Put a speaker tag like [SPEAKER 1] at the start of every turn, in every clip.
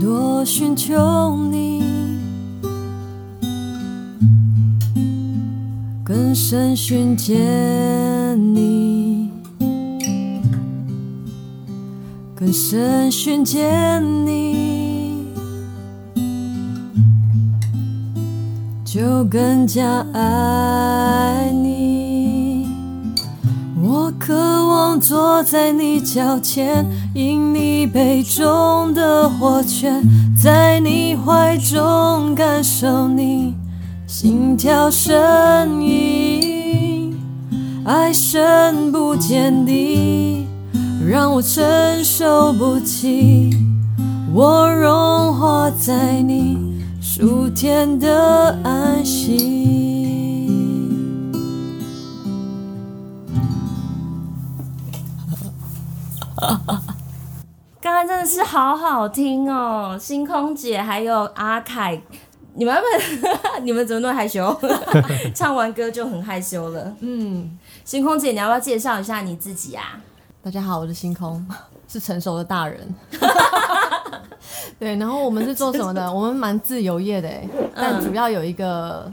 [SPEAKER 1] 多寻求你，更深寻见你，更深寻见你，就更加爱你。我渴望坐在你脚前，饮你杯中的火泉，在你怀中感受你心跳声音，爱深不见底，让我承受不起，我融化在你数天的安息。
[SPEAKER 2] 刚刚真的是好好听哦，星空姐还有阿凯，你们们 你们怎么那么害羞？唱完歌就很害羞了。嗯，星空姐，你要不要介绍一下你自己啊？
[SPEAKER 3] 大家好，我是星空， 是成熟的大人。 对，然后我们是做什么 的？我们蛮自由业的欸，
[SPEAKER 2] 嗯
[SPEAKER 3] 但主要有一个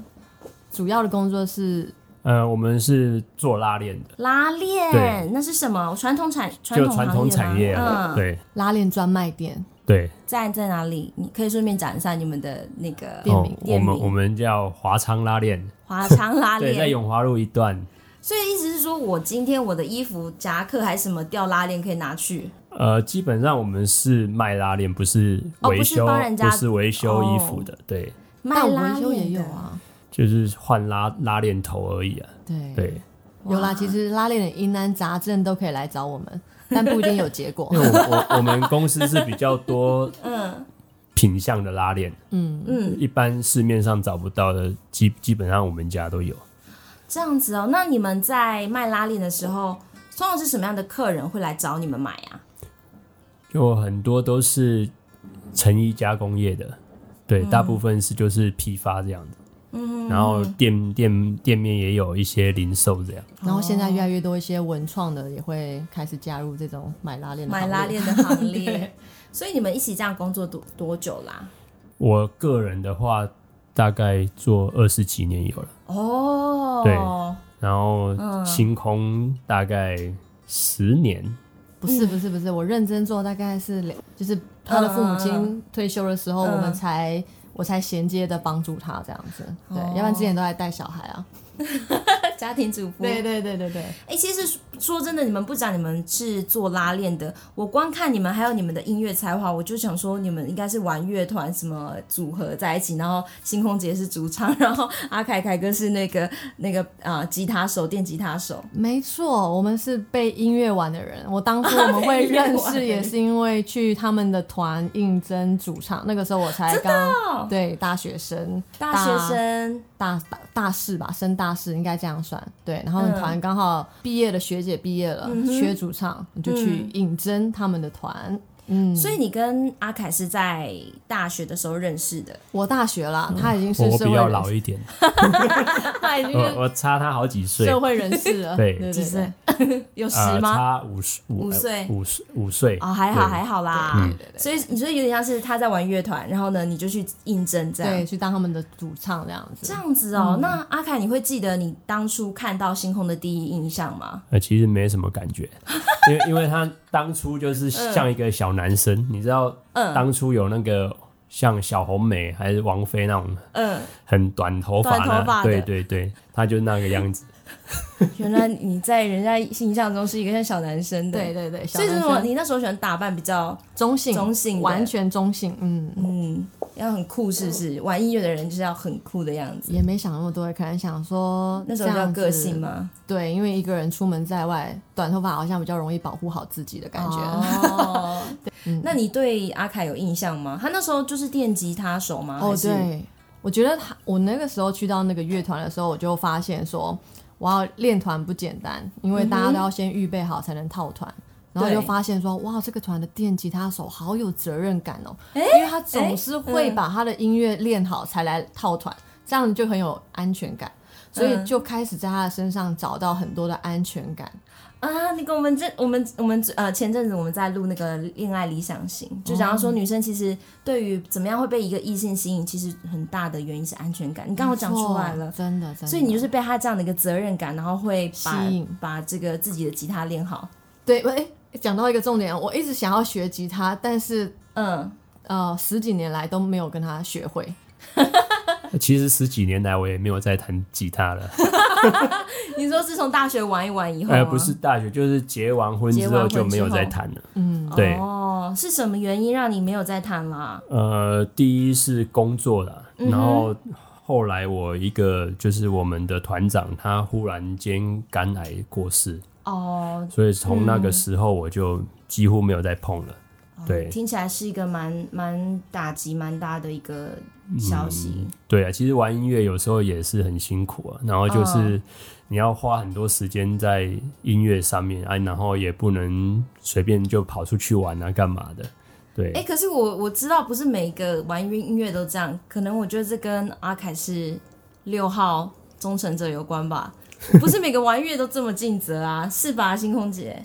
[SPEAKER 3] 主要的工作是，
[SPEAKER 4] 呃，我们是做拉链的，
[SPEAKER 2] 拉链
[SPEAKER 4] 对
[SPEAKER 2] 那是什么？传统产传
[SPEAKER 4] 就
[SPEAKER 2] 统
[SPEAKER 4] 传
[SPEAKER 2] 行
[SPEAKER 4] 统
[SPEAKER 2] 业吗
[SPEAKER 4] 产业啊，
[SPEAKER 2] 嗯，
[SPEAKER 4] 对
[SPEAKER 3] 拉链专卖店
[SPEAKER 4] 对。
[SPEAKER 2] 在在哪里？你可以顺便讲一下你们的那个
[SPEAKER 3] 店名
[SPEAKER 4] 哦我
[SPEAKER 2] 店
[SPEAKER 4] 们
[SPEAKER 2] 名
[SPEAKER 4] 我们叫华昌拉链，
[SPEAKER 2] 华昌拉
[SPEAKER 4] 对，在
[SPEAKER 2] 链。
[SPEAKER 4] 永华路一段。
[SPEAKER 2] 所以意思是说，我今天我的衣服、夹克还是什么吊拉链可以拿去？
[SPEAKER 4] 呃，基本上我们是卖拉链，不是
[SPEAKER 2] 哦不
[SPEAKER 4] 维
[SPEAKER 2] 是
[SPEAKER 4] 修，
[SPEAKER 2] 帮人家哦
[SPEAKER 4] 不是维修衣服的，对，
[SPEAKER 2] 卖
[SPEAKER 3] 但
[SPEAKER 2] 拉
[SPEAKER 3] 维修也
[SPEAKER 2] 链
[SPEAKER 3] 有
[SPEAKER 2] 的，
[SPEAKER 3] 啊。
[SPEAKER 4] 就是换拉拉链头而已啊，
[SPEAKER 2] 嗯
[SPEAKER 3] 对，
[SPEAKER 4] 对。
[SPEAKER 3] 有啦，其实拉链的疑难杂症都可以来找我 们，但不一定有结果
[SPEAKER 4] 因。为我我我们公司是比较多
[SPEAKER 2] 嗯
[SPEAKER 4] 品相的拉链，
[SPEAKER 2] 嗯，
[SPEAKER 4] 一般市面上找不到的，基基本上我们家都有。
[SPEAKER 2] 这样子哦。那你们在卖拉链的时候，通常是什么样的客人会来找你们买啊？
[SPEAKER 4] 就很多都是成衣加工业的，对，大部分是就是批发这样的。嗯，然后店店店面也有一些零售这样。
[SPEAKER 3] 然后现
[SPEAKER 2] 哦
[SPEAKER 3] 在越来越多一些文创的也会开始加入这种买拉链的
[SPEAKER 2] 买
[SPEAKER 3] 行列
[SPEAKER 2] 拉链的行 列。所以你们一起这样工作多多久啦、
[SPEAKER 4] 我个人的话，大概做二十几年有了，
[SPEAKER 2] 哦，
[SPEAKER 4] 对然后星空大概十年，
[SPEAKER 3] 不是不是不是，我认真做大概是两，就是他的父母亲退休的时候，我们才我才衔接的帮助他这样子，对，
[SPEAKER 2] 哦
[SPEAKER 3] 要不然之前都在带小孩啊。
[SPEAKER 2] 家庭主妇。
[SPEAKER 3] 对对对对，
[SPEAKER 2] 哎、其实说真的，你们不讲你们是做拉链的，我光看你们还有你们的音乐才华，我就想说你们应该是玩乐团什么组合在一起，然后星空姐是主唱， 然后阿凯凯哥是那个那个啊、呃吉他手，电吉他手。
[SPEAKER 3] 没错，我们是被音乐玩的人。我当 初我们会
[SPEAKER 2] 被音乐
[SPEAKER 3] 认
[SPEAKER 2] 玩的
[SPEAKER 3] 识
[SPEAKER 2] 人
[SPEAKER 3] 也是因为去他们的团应征主唱，那个时候我才刚对大学生，
[SPEAKER 2] 大学生
[SPEAKER 3] 大大大四吧，升大四应该这样算。对，然后我们
[SPEAKER 2] 嗯
[SPEAKER 3] 团刚好毕业的学姐毕业了，缺主唱，你就去应征他们的团。嗯，
[SPEAKER 2] 所以你跟阿凯是在大学的时候认识的，
[SPEAKER 3] 我大学啦，他已经是
[SPEAKER 4] 嗯我
[SPEAKER 3] 社
[SPEAKER 4] 比
[SPEAKER 3] 会
[SPEAKER 4] 较
[SPEAKER 3] 人
[SPEAKER 4] 老
[SPEAKER 3] 士，
[SPEAKER 4] 一点，
[SPEAKER 3] 他已经
[SPEAKER 4] 我
[SPEAKER 3] 是
[SPEAKER 4] 我差他好几岁，
[SPEAKER 3] 社会人士了。
[SPEAKER 4] 对
[SPEAKER 3] 对
[SPEAKER 2] 几
[SPEAKER 3] 对
[SPEAKER 2] 岁
[SPEAKER 3] 对，
[SPEAKER 2] 有十
[SPEAKER 4] 呃，
[SPEAKER 2] 吗？
[SPEAKER 4] 差五十
[SPEAKER 2] 五岁
[SPEAKER 4] 五十五岁
[SPEAKER 2] 哦，还好
[SPEAKER 4] 对
[SPEAKER 2] 还好啦。
[SPEAKER 3] 啊
[SPEAKER 4] 嗯
[SPEAKER 2] 所以你说有点像是他在玩乐团，然后呢你就去应征这样。
[SPEAKER 3] 对，去当他们的主唱这样子。
[SPEAKER 2] 这样
[SPEAKER 3] 嗯
[SPEAKER 2] 子哦，那阿凯，你会记得你当初看到星空的第一印象吗？
[SPEAKER 4] 呃，其实没什么感觉，因为因为他当初就是像一个小男生，你知道，
[SPEAKER 3] 嗯
[SPEAKER 2] 嗯
[SPEAKER 4] 当初有那个像小红梅还是王菲那种
[SPEAKER 2] 嗯，
[SPEAKER 4] 很短头发
[SPEAKER 2] 短头发的
[SPEAKER 4] 那，对对对，他就那个样 子。
[SPEAKER 2] 原来你在人家印象中是一个像小男生的，
[SPEAKER 3] 对。对对，
[SPEAKER 2] 所以
[SPEAKER 3] 小
[SPEAKER 2] 是
[SPEAKER 3] 男
[SPEAKER 2] 我
[SPEAKER 3] 生
[SPEAKER 2] 你那时候喜欢打扮比较，
[SPEAKER 3] 中性
[SPEAKER 2] 中性的
[SPEAKER 3] 完全中性，嗯，
[SPEAKER 2] 嗯，要很酷，是不是？玩音乐的人就是要很酷的样子。
[SPEAKER 3] 也没想那么多，可能想说
[SPEAKER 2] 那时候
[SPEAKER 3] 这
[SPEAKER 2] 叫
[SPEAKER 3] 样子
[SPEAKER 2] 个性吗？
[SPEAKER 3] 对，因为一个人出门在外，短头发好像比较容易保护好自己的感觉。
[SPEAKER 2] 哦，那你对阿凯有印象吗？他那时候就是电吉他手吗？还
[SPEAKER 3] 哦，
[SPEAKER 2] 是，
[SPEAKER 3] 对，我觉得他，我那个时候去到那个乐团的时候，我就发现说，哇，练团不简单，因为大家都要先预备好才能套团。然后
[SPEAKER 2] 嗯对
[SPEAKER 3] 就发现说，哇，这个团的电吉他手好有责任感哦，因为他总是会
[SPEAKER 2] 嗯
[SPEAKER 3] 把他的音乐练好才来套团，这样就很有安全感，所以
[SPEAKER 2] 嗯
[SPEAKER 3] 就开始在他的身上找到很多的安全感。
[SPEAKER 2] 啊，那个我们这我们我们呃前阵子我们在录那个恋爱理想型，就讲到说女生其实对于怎么样会被一个异性吸引，其实很大的原因是安全感。你刚刚我讲出来
[SPEAKER 3] 哦
[SPEAKER 2] 了。
[SPEAKER 3] 真的，真的。
[SPEAKER 2] 所以你就是被他这样的一个责任感，然后会把
[SPEAKER 3] 吸引
[SPEAKER 2] 把这个自己的吉他练好。
[SPEAKER 3] 对，哎，讲到一个重点，我一直想要学吉他，但是
[SPEAKER 2] 嗯，
[SPEAKER 3] 呃，十几年来都没有跟他学会。
[SPEAKER 4] 其实十几年来我也没有在弹吉 他了，
[SPEAKER 2] 哦你说自从大学玩一玩以后吗，
[SPEAKER 4] 呃，不是大学，就是结完婚之
[SPEAKER 2] 结完
[SPEAKER 4] 后
[SPEAKER 2] 婚
[SPEAKER 4] 就没有
[SPEAKER 2] 之后
[SPEAKER 4] 再弹了。
[SPEAKER 3] 嗯，
[SPEAKER 4] 对
[SPEAKER 2] 哦，是什么原因让你没有再弹啦？
[SPEAKER 4] 呃，第一是工作啦，
[SPEAKER 2] 嗯
[SPEAKER 4] 然后后来我一个就是我们的团长，他忽然间肝癌过世，
[SPEAKER 2] 哦，
[SPEAKER 4] 所以从那个时候我就几乎没有再碰了。对
[SPEAKER 2] 嗯听起来是一个蛮蛮打击蛮大的一个消息。
[SPEAKER 4] 对啊，其实玩音乐有时候也是很辛苦啊，然后
[SPEAKER 2] 嗯
[SPEAKER 4] 就是你要花很多时间在音乐上面，哎、然后也不能随便就跑出去玩啊，干嘛的？对，
[SPEAKER 2] 哎、可是我我知道不是每个玩音乐都这样，可能我觉得这跟阿凯是六号忠诚者有关 吧。不是每个玩音乐都这么尽责啊，是吧，星空姐？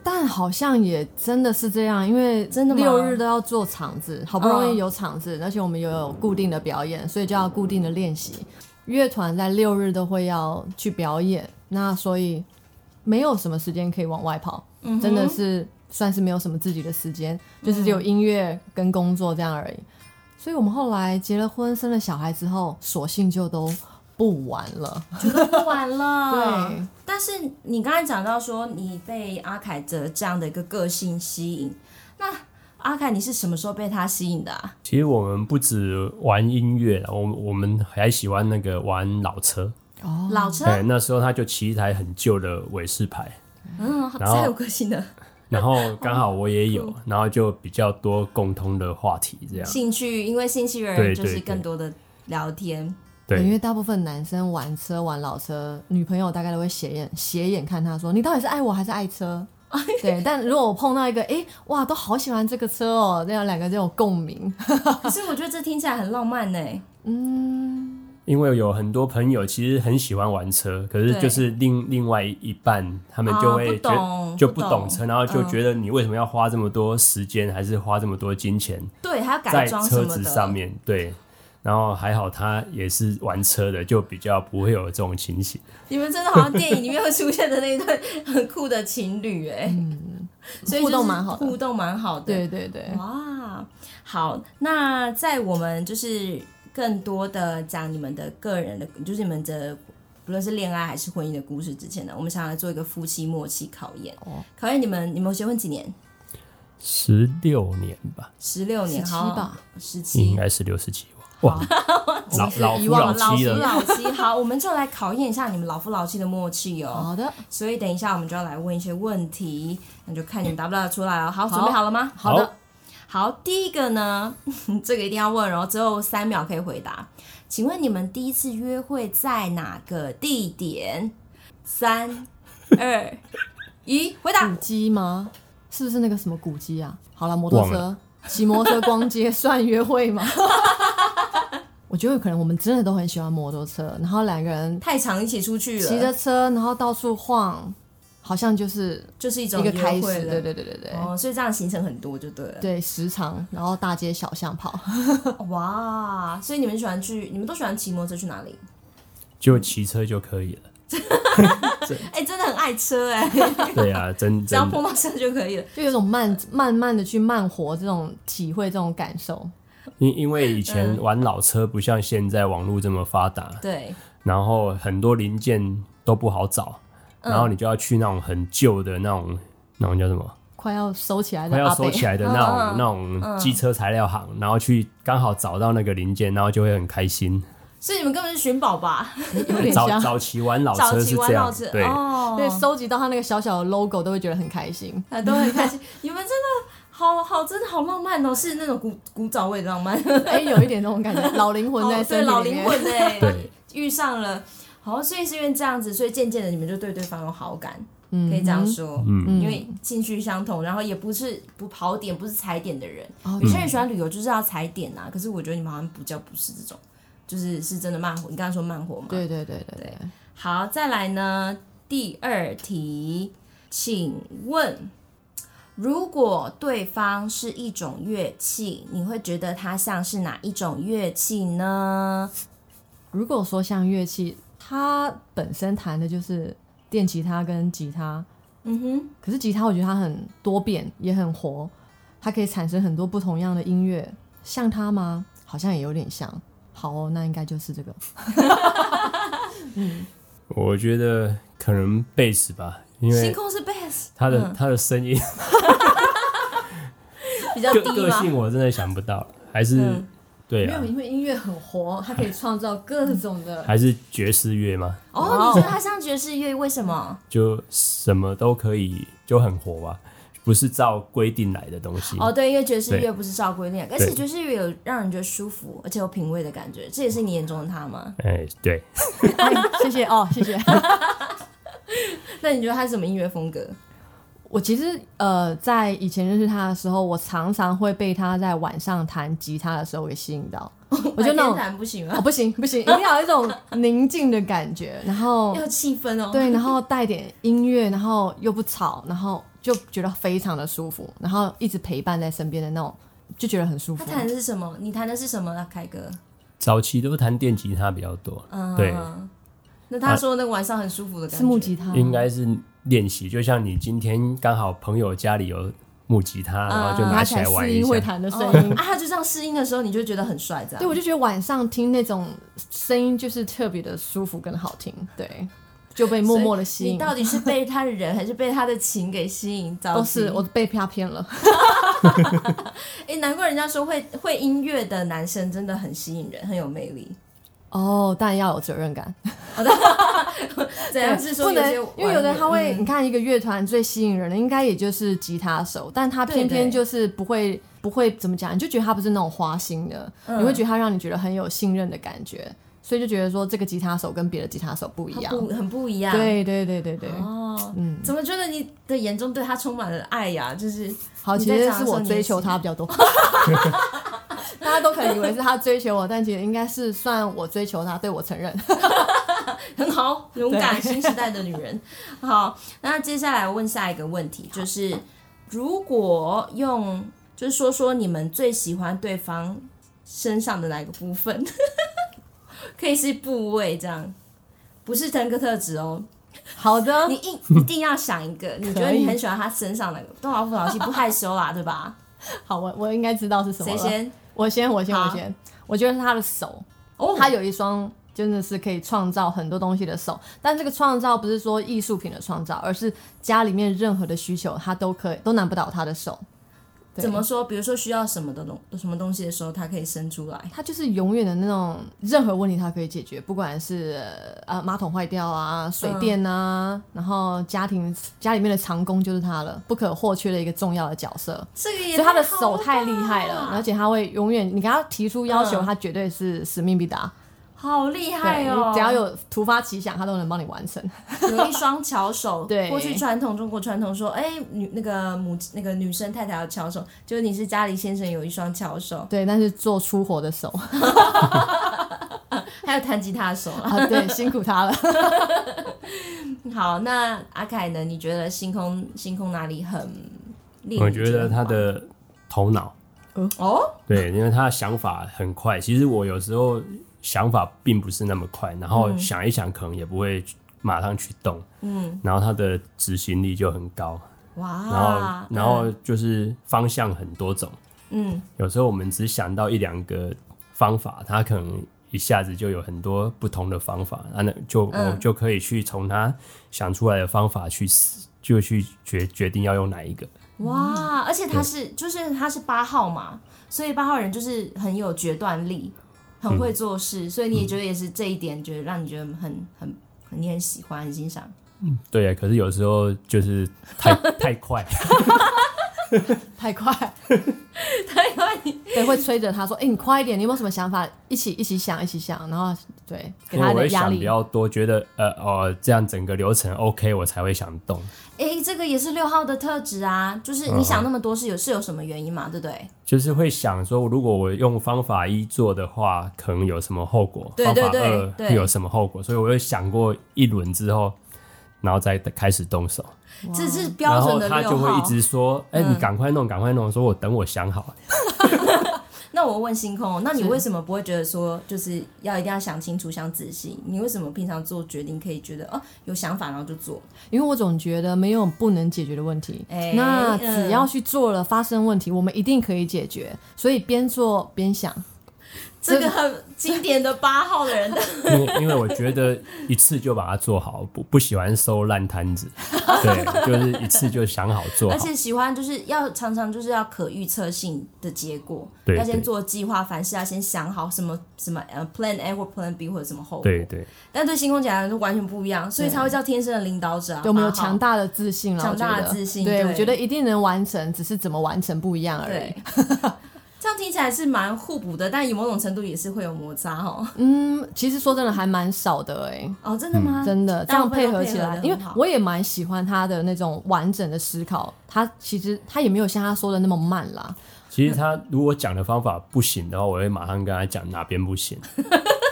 [SPEAKER 3] 但好像也真的是这样，因为
[SPEAKER 2] 真的吗嗯
[SPEAKER 3] 六日都要做场子，好不容易有场子，而且我们又有固定的表演，所以就要固定的练习。乐团在六日都会要去表演，那所以没有什么时间可以往外跑，
[SPEAKER 2] 嗯
[SPEAKER 3] 真的是算是没有什么自己的时间，就是只有音乐跟工作这样而已。所以我们后来结了婚、生了小孩之后，索性就都不玩了。
[SPEAKER 2] 不玩了。
[SPEAKER 3] 对，
[SPEAKER 2] 但是你刚才讲到说你被阿凯的这样的一个个性吸引，那阿凯你是什么时候被他吸引的、啊？
[SPEAKER 4] 其实我们不止玩音乐啦，我们我们还喜欢那个玩老车。
[SPEAKER 3] 哦，
[SPEAKER 2] 老车，
[SPEAKER 4] 对，那时候他就骑一台很旧的韦氏牌，
[SPEAKER 2] 嗯，
[SPEAKER 4] 然后
[SPEAKER 2] 太有个性的
[SPEAKER 4] 然后刚好我也
[SPEAKER 2] 嗯
[SPEAKER 4] 有，然后就比较多共通的话题这样。
[SPEAKER 2] 兴趣，因为兴趣而
[SPEAKER 4] 对
[SPEAKER 2] 就是
[SPEAKER 4] 对
[SPEAKER 2] 更
[SPEAKER 4] 对
[SPEAKER 2] 多的聊天。
[SPEAKER 3] 对因
[SPEAKER 4] 对
[SPEAKER 3] 为大部分男生玩车玩老车，女朋友大概都会斜眼斜眼看他说：“你到底是爱我还是爱车？” 对，但如果我碰到一个，诶，哇，都好喜欢这个车哦，那样两个就有共鸣。
[SPEAKER 2] 哦可是我觉得这听起来很浪漫呢、
[SPEAKER 4] 因为有很多朋友其实很喜欢玩车，可是
[SPEAKER 2] 对
[SPEAKER 4] 就是另另外一半他们就
[SPEAKER 2] 哦
[SPEAKER 4] 会
[SPEAKER 2] 不
[SPEAKER 4] 觉、
[SPEAKER 2] 懂
[SPEAKER 4] 就
[SPEAKER 2] 不
[SPEAKER 4] 不
[SPEAKER 2] 懂
[SPEAKER 4] 懂车，然后就觉得你为什么要花这么多时间，还是花这么多金钱
[SPEAKER 2] 对，还要改
[SPEAKER 4] 在
[SPEAKER 2] 装什
[SPEAKER 4] 车
[SPEAKER 2] 么
[SPEAKER 4] 子
[SPEAKER 2] 的。
[SPEAKER 4] 上面？对。然后还好他也是玩车的，就比较不会有这种情形。
[SPEAKER 2] 你们真的好像电影里面会出现的那一对很酷的情侣哎、
[SPEAKER 4] 嗯
[SPEAKER 2] 所以就是
[SPEAKER 3] 互动蛮好的
[SPEAKER 2] 互动蛮好的。
[SPEAKER 3] 对对对，
[SPEAKER 2] 嗯哇，好，那在我们就是更多的讲你们的个人的，就是你们的不论是恋爱还是婚姻的故事之前呢，我们想来做一个夫妻默契考验，
[SPEAKER 3] 哦
[SPEAKER 2] 考验你们你们结婚几年？
[SPEAKER 4] 十六年吧，
[SPEAKER 2] 十六
[SPEAKER 3] 十
[SPEAKER 2] 年，
[SPEAKER 3] 七
[SPEAKER 2] 好
[SPEAKER 3] 吧，，
[SPEAKER 2] 十七
[SPEAKER 4] 应。该是六十几万。哇，老老
[SPEAKER 3] 遗
[SPEAKER 4] 夫
[SPEAKER 3] 忘
[SPEAKER 4] 老
[SPEAKER 3] 了
[SPEAKER 2] 老
[SPEAKER 4] 妻
[SPEAKER 2] 夫
[SPEAKER 4] 了。
[SPEAKER 2] 老妻， 好，我们就来考验一下你们老夫老妻的默契哦。
[SPEAKER 3] 好的，
[SPEAKER 2] 所以等一下我们就要来问一些问题，那就看你们答不答得出来哦。好，
[SPEAKER 3] 好
[SPEAKER 2] 准备好了吗？
[SPEAKER 3] 好的，
[SPEAKER 2] 好，第一个呢， 这个一定要问哦，只有三秒可以回答。请问你们第一次约会在哪个地点？三、二、一，回答
[SPEAKER 3] 古。迹吗？是不是那个什么古迹啊？好了，摩托
[SPEAKER 4] 忘
[SPEAKER 3] 车
[SPEAKER 4] 了，
[SPEAKER 3] 骑摩托车逛街 算约会吗？我觉得可能我们真的都很喜欢摩托车，然后两个人
[SPEAKER 2] 太长一起出去了，
[SPEAKER 3] 骑着车，然后到处晃，好像就是
[SPEAKER 2] 就是一种
[SPEAKER 3] 一个开
[SPEAKER 2] 约
[SPEAKER 3] 始。
[SPEAKER 2] 会了
[SPEAKER 3] 对对对对对。
[SPEAKER 2] 哦，所以这样行程很多就对了。
[SPEAKER 3] 对，时长，然后大街小巷 跑。
[SPEAKER 2] 哇，所以你们喜欢去，你们都喜欢骑摩托车去哪里？
[SPEAKER 4] 就骑车就可以了。
[SPEAKER 2] 哎、真的很爱车 哎、
[SPEAKER 4] 对啊，真
[SPEAKER 2] 只要
[SPEAKER 4] 真的
[SPEAKER 2] 碰到车就可以了。
[SPEAKER 3] 就有种慢慢慢的去慢活这种体会，这种感受。
[SPEAKER 4] 因因为以前
[SPEAKER 2] 嗯
[SPEAKER 4] 玩老车不像现在网络这么发达，
[SPEAKER 2] 对，
[SPEAKER 4] 然后很多零件都不好找，
[SPEAKER 2] 嗯
[SPEAKER 4] 然后你就要去那种很旧的那种那种叫什么，
[SPEAKER 3] 快要收起来的
[SPEAKER 4] 快要
[SPEAKER 3] 阿
[SPEAKER 4] 收
[SPEAKER 3] 北，
[SPEAKER 4] 起 来的那
[SPEAKER 2] 嗯
[SPEAKER 4] 种那种机车材料行，然后去刚好找到那个零件，然后就会很开心。
[SPEAKER 2] 所以你们根本是寻宝吧？
[SPEAKER 3] 有点
[SPEAKER 4] 早
[SPEAKER 3] 像。
[SPEAKER 4] 早期玩老
[SPEAKER 2] 早
[SPEAKER 4] 车
[SPEAKER 2] 期
[SPEAKER 4] 是
[SPEAKER 2] 玩
[SPEAKER 4] 这
[SPEAKER 2] 到
[SPEAKER 4] 样
[SPEAKER 2] 车，
[SPEAKER 4] 对，
[SPEAKER 2] 哦，
[SPEAKER 3] 对，收集到他那个小小的 logo 都会觉得很开 心。
[SPEAKER 2] 啊，都很开心。你们真的好好，真的好浪漫哦，是那种古古早味的浪漫，
[SPEAKER 3] 哎，有一点那种感觉，老灵魂在
[SPEAKER 2] 哦对
[SPEAKER 3] 身体
[SPEAKER 2] 老
[SPEAKER 3] 里
[SPEAKER 2] 灵
[SPEAKER 3] 面。
[SPEAKER 2] 魂哎、
[SPEAKER 4] 对
[SPEAKER 2] 遇上了。好，所以是因为这样子，所以渐渐的你们就对对方有好感，可以这样说，嗯，因为兴趣相同，然后也不是不跑点，不是踩点的人。
[SPEAKER 4] 嗯
[SPEAKER 3] 哦
[SPEAKER 2] 有些人喜欢旅游就是要踩点啊，可是我觉得你们好像比较不是这种，就是是真的慢活。你刚才说慢活嘛，
[SPEAKER 3] 对对对对对，
[SPEAKER 2] 好，再来呢，第二题，请问，如果对方是一种乐器，你会觉得它像是哪一种乐器呢？
[SPEAKER 3] 如果说像乐器，它本身弹的就是电吉他跟吉他，
[SPEAKER 2] 嗯哼，
[SPEAKER 3] 可是吉他我觉得它很多变，也很活，它可以产生很多不同样的音乐。像它吗？好像也有点像。好哦，那应该就是这个。
[SPEAKER 4] 我觉得可能贝斯吧，因
[SPEAKER 2] 星
[SPEAKER 4] 为
[SPEAKER 2] 空是 bass，
[SPEAKER 4] 他的、
[SPEAKER 2] 嗯
[SPEAKER 4] 他的声音
[SPEAKER 2] 比较
[SPEAKER 4] 个
[SPEAKER 2] 低
[SPEAKER 4] 个
[SPEAKER 2] 吗？
[SPEAKER 4] 性我真的想不到，还是、
[SPEAKER 2] 嗯
[SPEAKER 4] 对
[SPEAKER 3] 没
[SPEAKER 4] 啊
[SPEAKER 3] 有，，因为音乐很活，它可以创造各种 的。
[SPEAKER 4] 还是爵士乐嘛，
[SPEAKER 2] 哦，你觉得它像爵士乐？为什么？
[SPEAKER 4] 就什么都可以，就很活吧，不是照规定来的东西。
[SPEAKER 2] 哦，对，因为爵士乐
[SPEAKER 4] 嗯对
[SPEAKER 2] 不是照规定，而且爵士乐有让人觉得舒服，而且有品味的感觉，这也是你眼中的他吗？
[SPEAKER 4] 哎、对，
[SPEAKER 3] 哎 谢谢哦，谢谢。
[SPEAKER 2] 那你觉得他是什么音乐风格？
[SPEAKER 3] 我其实呃，在以前认识他的时候，我常常会被他在晚上弹吉他的时候给吸引到。我就那
[SPEAKER 2] 白天
[SPEAKER 3] 种
[SPEAKER 2] 弹不行
[SPEAKER 3] 哦，
[SPEAKER 2] 吗？
[SPEAKER 3] 不行不行，一定要有一种宁静的感觉，然后
[SPEAKER 2] 要气氛哦。
[SPEAKER 3] 对，然后带点音乐，然后又不吵，然后就觉得非常的舒服，然后一直陪伴在身边的那种，就觉得很舒
[SPEAKER 2] 他
[SPEAKER 3] 服。
[SPEAKER 2] 弹的是什么？你弹的是什么啊，凯哥？
[SPEAKER 4] 早期都弹电吉他比较多，
[SPEAKER 2] 嗯，
[SPEAKER 4] 对，
[SPEAKER 2] 那他说那个晚上很舒服的感觉，
[SPEAKER 3] 是木吉他，
[SPEAKER 4] 应该是练习。就像你今天刚好朋友家里有木吉他，然后就
[SPEAKER 2] 嗯
[SPEAKER 4] 拿
[SPEAKER 3] 拿
[SPEAKER 4] 起
[SPEAKER 3] 起
[SPEAKER 4] 来
[SPEAKER 3] 来
[SPEAKER 4] 玩
[SPEAKER 3] 试
[SPEAKER 4] 一
[SPEAKER 3] 音会
[SPEAKER 4] 下。
[SPEAKER 3] 弹的声
[SPEAKER 2] 哦
[SPEAKER 3] 音。
[SPEAKER 2] 啊，他就这样试音的时候，你就觉得很帅，这样。
[SPEAKER 3] 对，我就觉得晚上听那种声音就是特别的舒服跟好听，对，就被默默的吸
[SPEAKER 2] 你
[SPEAKER 3] 引。
[SPEAKER 2] 到底是被他的人还是被他的情给吸引？早
[SPEAKER 3] 都
[SPEAKER 2] 期
[SPEAKER 3] 哦是我被他骗了，
[SPEAKER 2] 哎、难怪人家说会会音乐的男生真的很吸引人，很有魅力。
[SPEAKER 3] 哦，但要有责任感，
[SPEAKER 2] 怎样是说
[SPEAKER 3] 不
[SPEAKER 2] 有
[SPEAKER 3] 能
[SPEAKER 2] 些，
[SPEAKER 3] 因为有的
[SPEAKER 2] 玩嗯
[SPEAKER 3] 人他会，你看一个乐团最吸引人的应该也就是吉他手，但他偏
[SPEAKER 2] 对对
[SPEAKER 3] 偏就是不会不会怎么讲，你就觉得他不是那种花心的，你
[SPEAKER 2] 嗯
[SPEAKER 3] 会觉得他让你觉得很有信任的感觉，所以就觉得说这个吉他手跟别的吉他手不一
[SPEAKER 2] 他
[SPEAKER 3] 样，
[SPEAKER 2] 不嗯很不一样。
[SPEAKER 3] 对嗯对对对对，
[SPEAKER 2] 哦，怎么觉得你的眼中对他充满了爱呀、就是
[SPEAKER 3] 好，
[SPEAKER 2] 你
[SPEAKER 3] 其
[SPEAKER 2] 在
[SPEAKER 3] 实
[SPEAKER 2] 讲的
[SPEAKER 3] 是
[SPEAKER 2] 时候
[SPEAKER 3] 我
[SPEAKER 2] 你
[SPEAKER 3] 追
[SPEAKER 2] 也
[SPEAKER 3] 求
[SPEAKER 2] 是
[SPEAKER 3] 他比较 多。大家都可能以为是他追求我，但其实应该是算我追求他，对我承认。
[SPEAKER 2] 很好，勇敢，新时代的女人。好，那接下来问下一个问题，就是如果用，就是说说你们最喜欢对方身上的哪个部分， 可以是部位这样，不是整个特质哦。
[SPEAKER 3] 好的
[SPEAKER 2] 你，一一定要想一个，你觉得
[SPEAKER 3] 可以
[SPEAKER 2] 你很喜欢他身上哪个？动老夫老妻不害羞啦，对吧？
[SPEAKER 3] 好，我我应该知道是什么
[SPEAKER 2] 谁
[SPEAKER 3] 了。
[SPEAKER 2] 先？
[SPEAKER 3] 我先，我先，
[SPEAKER 2] 好
[SPEAKER 3] 我先。我觉得是他的手，
[SPEAKER 2] 哦
[SPEAKER 3] 他有一双真的是可以创造很多东西的手，但这个创造不是说艺术品的创造，而是家里面任何的需求，他都可以都难不倒他的手。对
[SPEAKER 2] 怎么？说？比如说需要什么的东什么东西的时候，他可以伸出来。
[SPEAKER 3] 他就是永远的那种，任何问题他可以解决，不管是呃马桶坏掉啊、水电
[SPEAKER 2] 嗯
[SPEAKER 3] 啊，然后家庭家里面的长工就是他了，不可或缺的一个重要的角色。
[SPEAKER 2] 这个也
[SPEAKER 3] 所以他的
[SPEAKER 2] 太好
[SPEAKER 3] 手
[SPEAKER 2] 了
[SPEAKER 3] 太厉害了，而且他会永远，你给他提出要求，
[SPEAKER 2] 嗯
[SPEAKER 3] 他绝对是使命必达。
[SPEAKER 2] 好厉害
[SPEAKER 3] 对，
[SPEAKER 2] 哦！
[SPEAKER 3] 你只要 有突发奇想，他都能帮你完成。
[SPEAKER 2] 有一双巧 手，
[SPEAKER 3] 对
[SPEAKER 2] 过去传统中国传统说，哎、女那个母那个女生太太要巧手，就是你是家里先生有一双巧手，
[SPEAKER 3] 对，但是做出活的手
[SPEAKER 2] 还有弹吉他的手啦。
[SPEAKER 3] 啊， 对，辛苦他了。
[SPEAKER 2] 好，那阿凯呢？你觉得星空星空哪里很令你
[SPEAKER 4] 我觉得
[SPEAKER 2] 很
[SPEAKER 4] 他
[SPEAKER 2] 棒
[SPEAKER 4] 的头脑，
[SPEAKER 2] 哦，
[SPEAKER 4] 对，因为他的想法很快。其实我有时候想法并不是那么快，然后想一想，可能也不会马上去动。嗯，然后他的执行力就很高，然后、
[SPEAKER 2] 哇，
[SPEAKER 3] 啊嗯
[SPEAKER 4] 然后就是方向很多种。
[SPEAKER 2] 嗯，
[SPEAKER 4] 有时候我们只想到一两个方法，他可能一下子就有很多不同的方法，啊，那就、
[SPEAKER 3] 嗯
[SPEAKER 4] 我就可以去从他想出来的方法去思就去决决定要用哪一个。
[SPEAKER 2] 哇，而且他是就是他是八号嘛，所以八号人就是很有决断力，很会做事，
[SPEAKER 4] 嗯
[SPEAKER 2] 所以你也觉得也是这一点，觉得让你觉得很很很你很喜欢很欣赏。
[SPEAKER 4] 对，啊可是有时候就是 太太快，
[SPEAKER 3] 太快，
[SPEAKER 2] 太快，
[SPEAKER 3] 对，会催着他说：“哎、你快一点，你有没有什么想法？一起一起想，一起想。”然后对，给
[SPEAKER 4] 因为
[SPEAKER 3] 他
[SPEAKER 4] 我
[SPEAKER 3] 的
[SPEAKER 4] 会
[SPEAKER 3] 压
[SPEAKER 4] 想
[SPEAKER 3] 力
[SPEAKER 4] 比。较多，觉得呃哦这样整个流程 OK，我才会想动。
[SPEAKER 2] 诶，这个也是六号的特质啊，就是你想那么多是有是有什么原因嘛，对不对？
[SPEAKER 4] 就是会想说，如果我用方法一做的话，可能有什么后果？
[SPEAKER 2] 对
[SPEAKER 4] 方法
[SPEAKER 2] 对对
[SPEAKER 4] 二
[SPEAKER 2] 对
[SPEAKER 4] 有什么后果？所以我有想过一轮之后，然后再开始动手。
[SPEAKER 2] 这是
[SPEAKER 4] 然
[SPEAKER 2] 标准
[SPEAKER 4] 后
[SPEAKER 2] 的
[SPEAKER 4] 他
[SPEAKER 2] 六
[SPEAKER 4] 就会
[SPEAKER 2] 号嗯
[SPEAKER 4] 一。直说：“哎、你赶快弄，赶快弄。”说：“我等我想好。
[SPEAKER 2] 那我问星空，那你
[SPEAKER 3] 是
[SPEAKER 2] 为什么不会觉得说，就是要一定要想清楚、想仔细？你为什么平常做决定可以觉得哦有想法然后就做？
[SPEAKER 3] 因为我总觉得没有不能解决的问题，
[SPEAKER 2] 哎
[SPEAKER 3] 那
[SPEAKER 2] 嗯
[SPEAKER 3] 只要去做了发生问题，我们一定可以解决。所以边做边想，
[SPEAKER 2] 这个很经典的八号 的人的，
[SPEAKER 4] 因为因为我觉得一次就把它做好，不不喜欢收烂 摊子。对，就是一次就想好做好
[SPEAKER 2] 而。且喜欢就是要常常就是要可预测性的结果，
[SPEAKER 4] 对
[SPEAKER 2] 要先
[SPEAKER 4] 对
[SPEAKER 2] 做计划，凡事要先想好什么什么呃 Plan A 或 Plan B 或者什么后果。
[SPEAKER 4] 对对，
[SPEAKER 2] 但对星空姐来说完全不一样，所以才会叫天生的领导者、啊。
[SPEAKER 3] 对我们有
[SPEAKER 2] 八号
[SPEAKER 3] 强大的自信了。
[SPEAKER 2] 强
[SPEAKER 3] 我觉
[SPEAKER 2] 大
[SPEAKER 3] 得
[SPEAKER 2] 的自信
[SPEAKER 3] 对
[SPEAKER 2] 对
[SPEAKER 3] 我觉得一定能完成，只是怎么完成不一样而已
[SPEAKER 2] 对。， 这样听起来是蛮互补的，但有某种程度也是会有摩擦哦。
[SPEAKER 3] 嗯，其实说真的还蛮少的哎、
[SPEAKER 2] 哦，真的吗？
[SPEAKER 3] 真的，这
[SPEAKER 2] 大
[SPEAKER 3] 样
[SPEAKER 2] 部分
[SPEAKER 3] 配
[SPEAKER 2] 都
[SPEAKER 3] 合起
[SPEAKER 2] 配合
[SPEAKER 3] 来
[SPEAKER 2] 得，很
[SPEAKER 3] 因为
[SPEAKER 2] 好
[SPEAKER 3] 我也蛮喜欢他的那种完整的思考。他其实他也没有像他说的那么慢啦，
[SPEAKER 4] 其实他如果讲的方法不行的话，我会马上跟他讲哪边不行。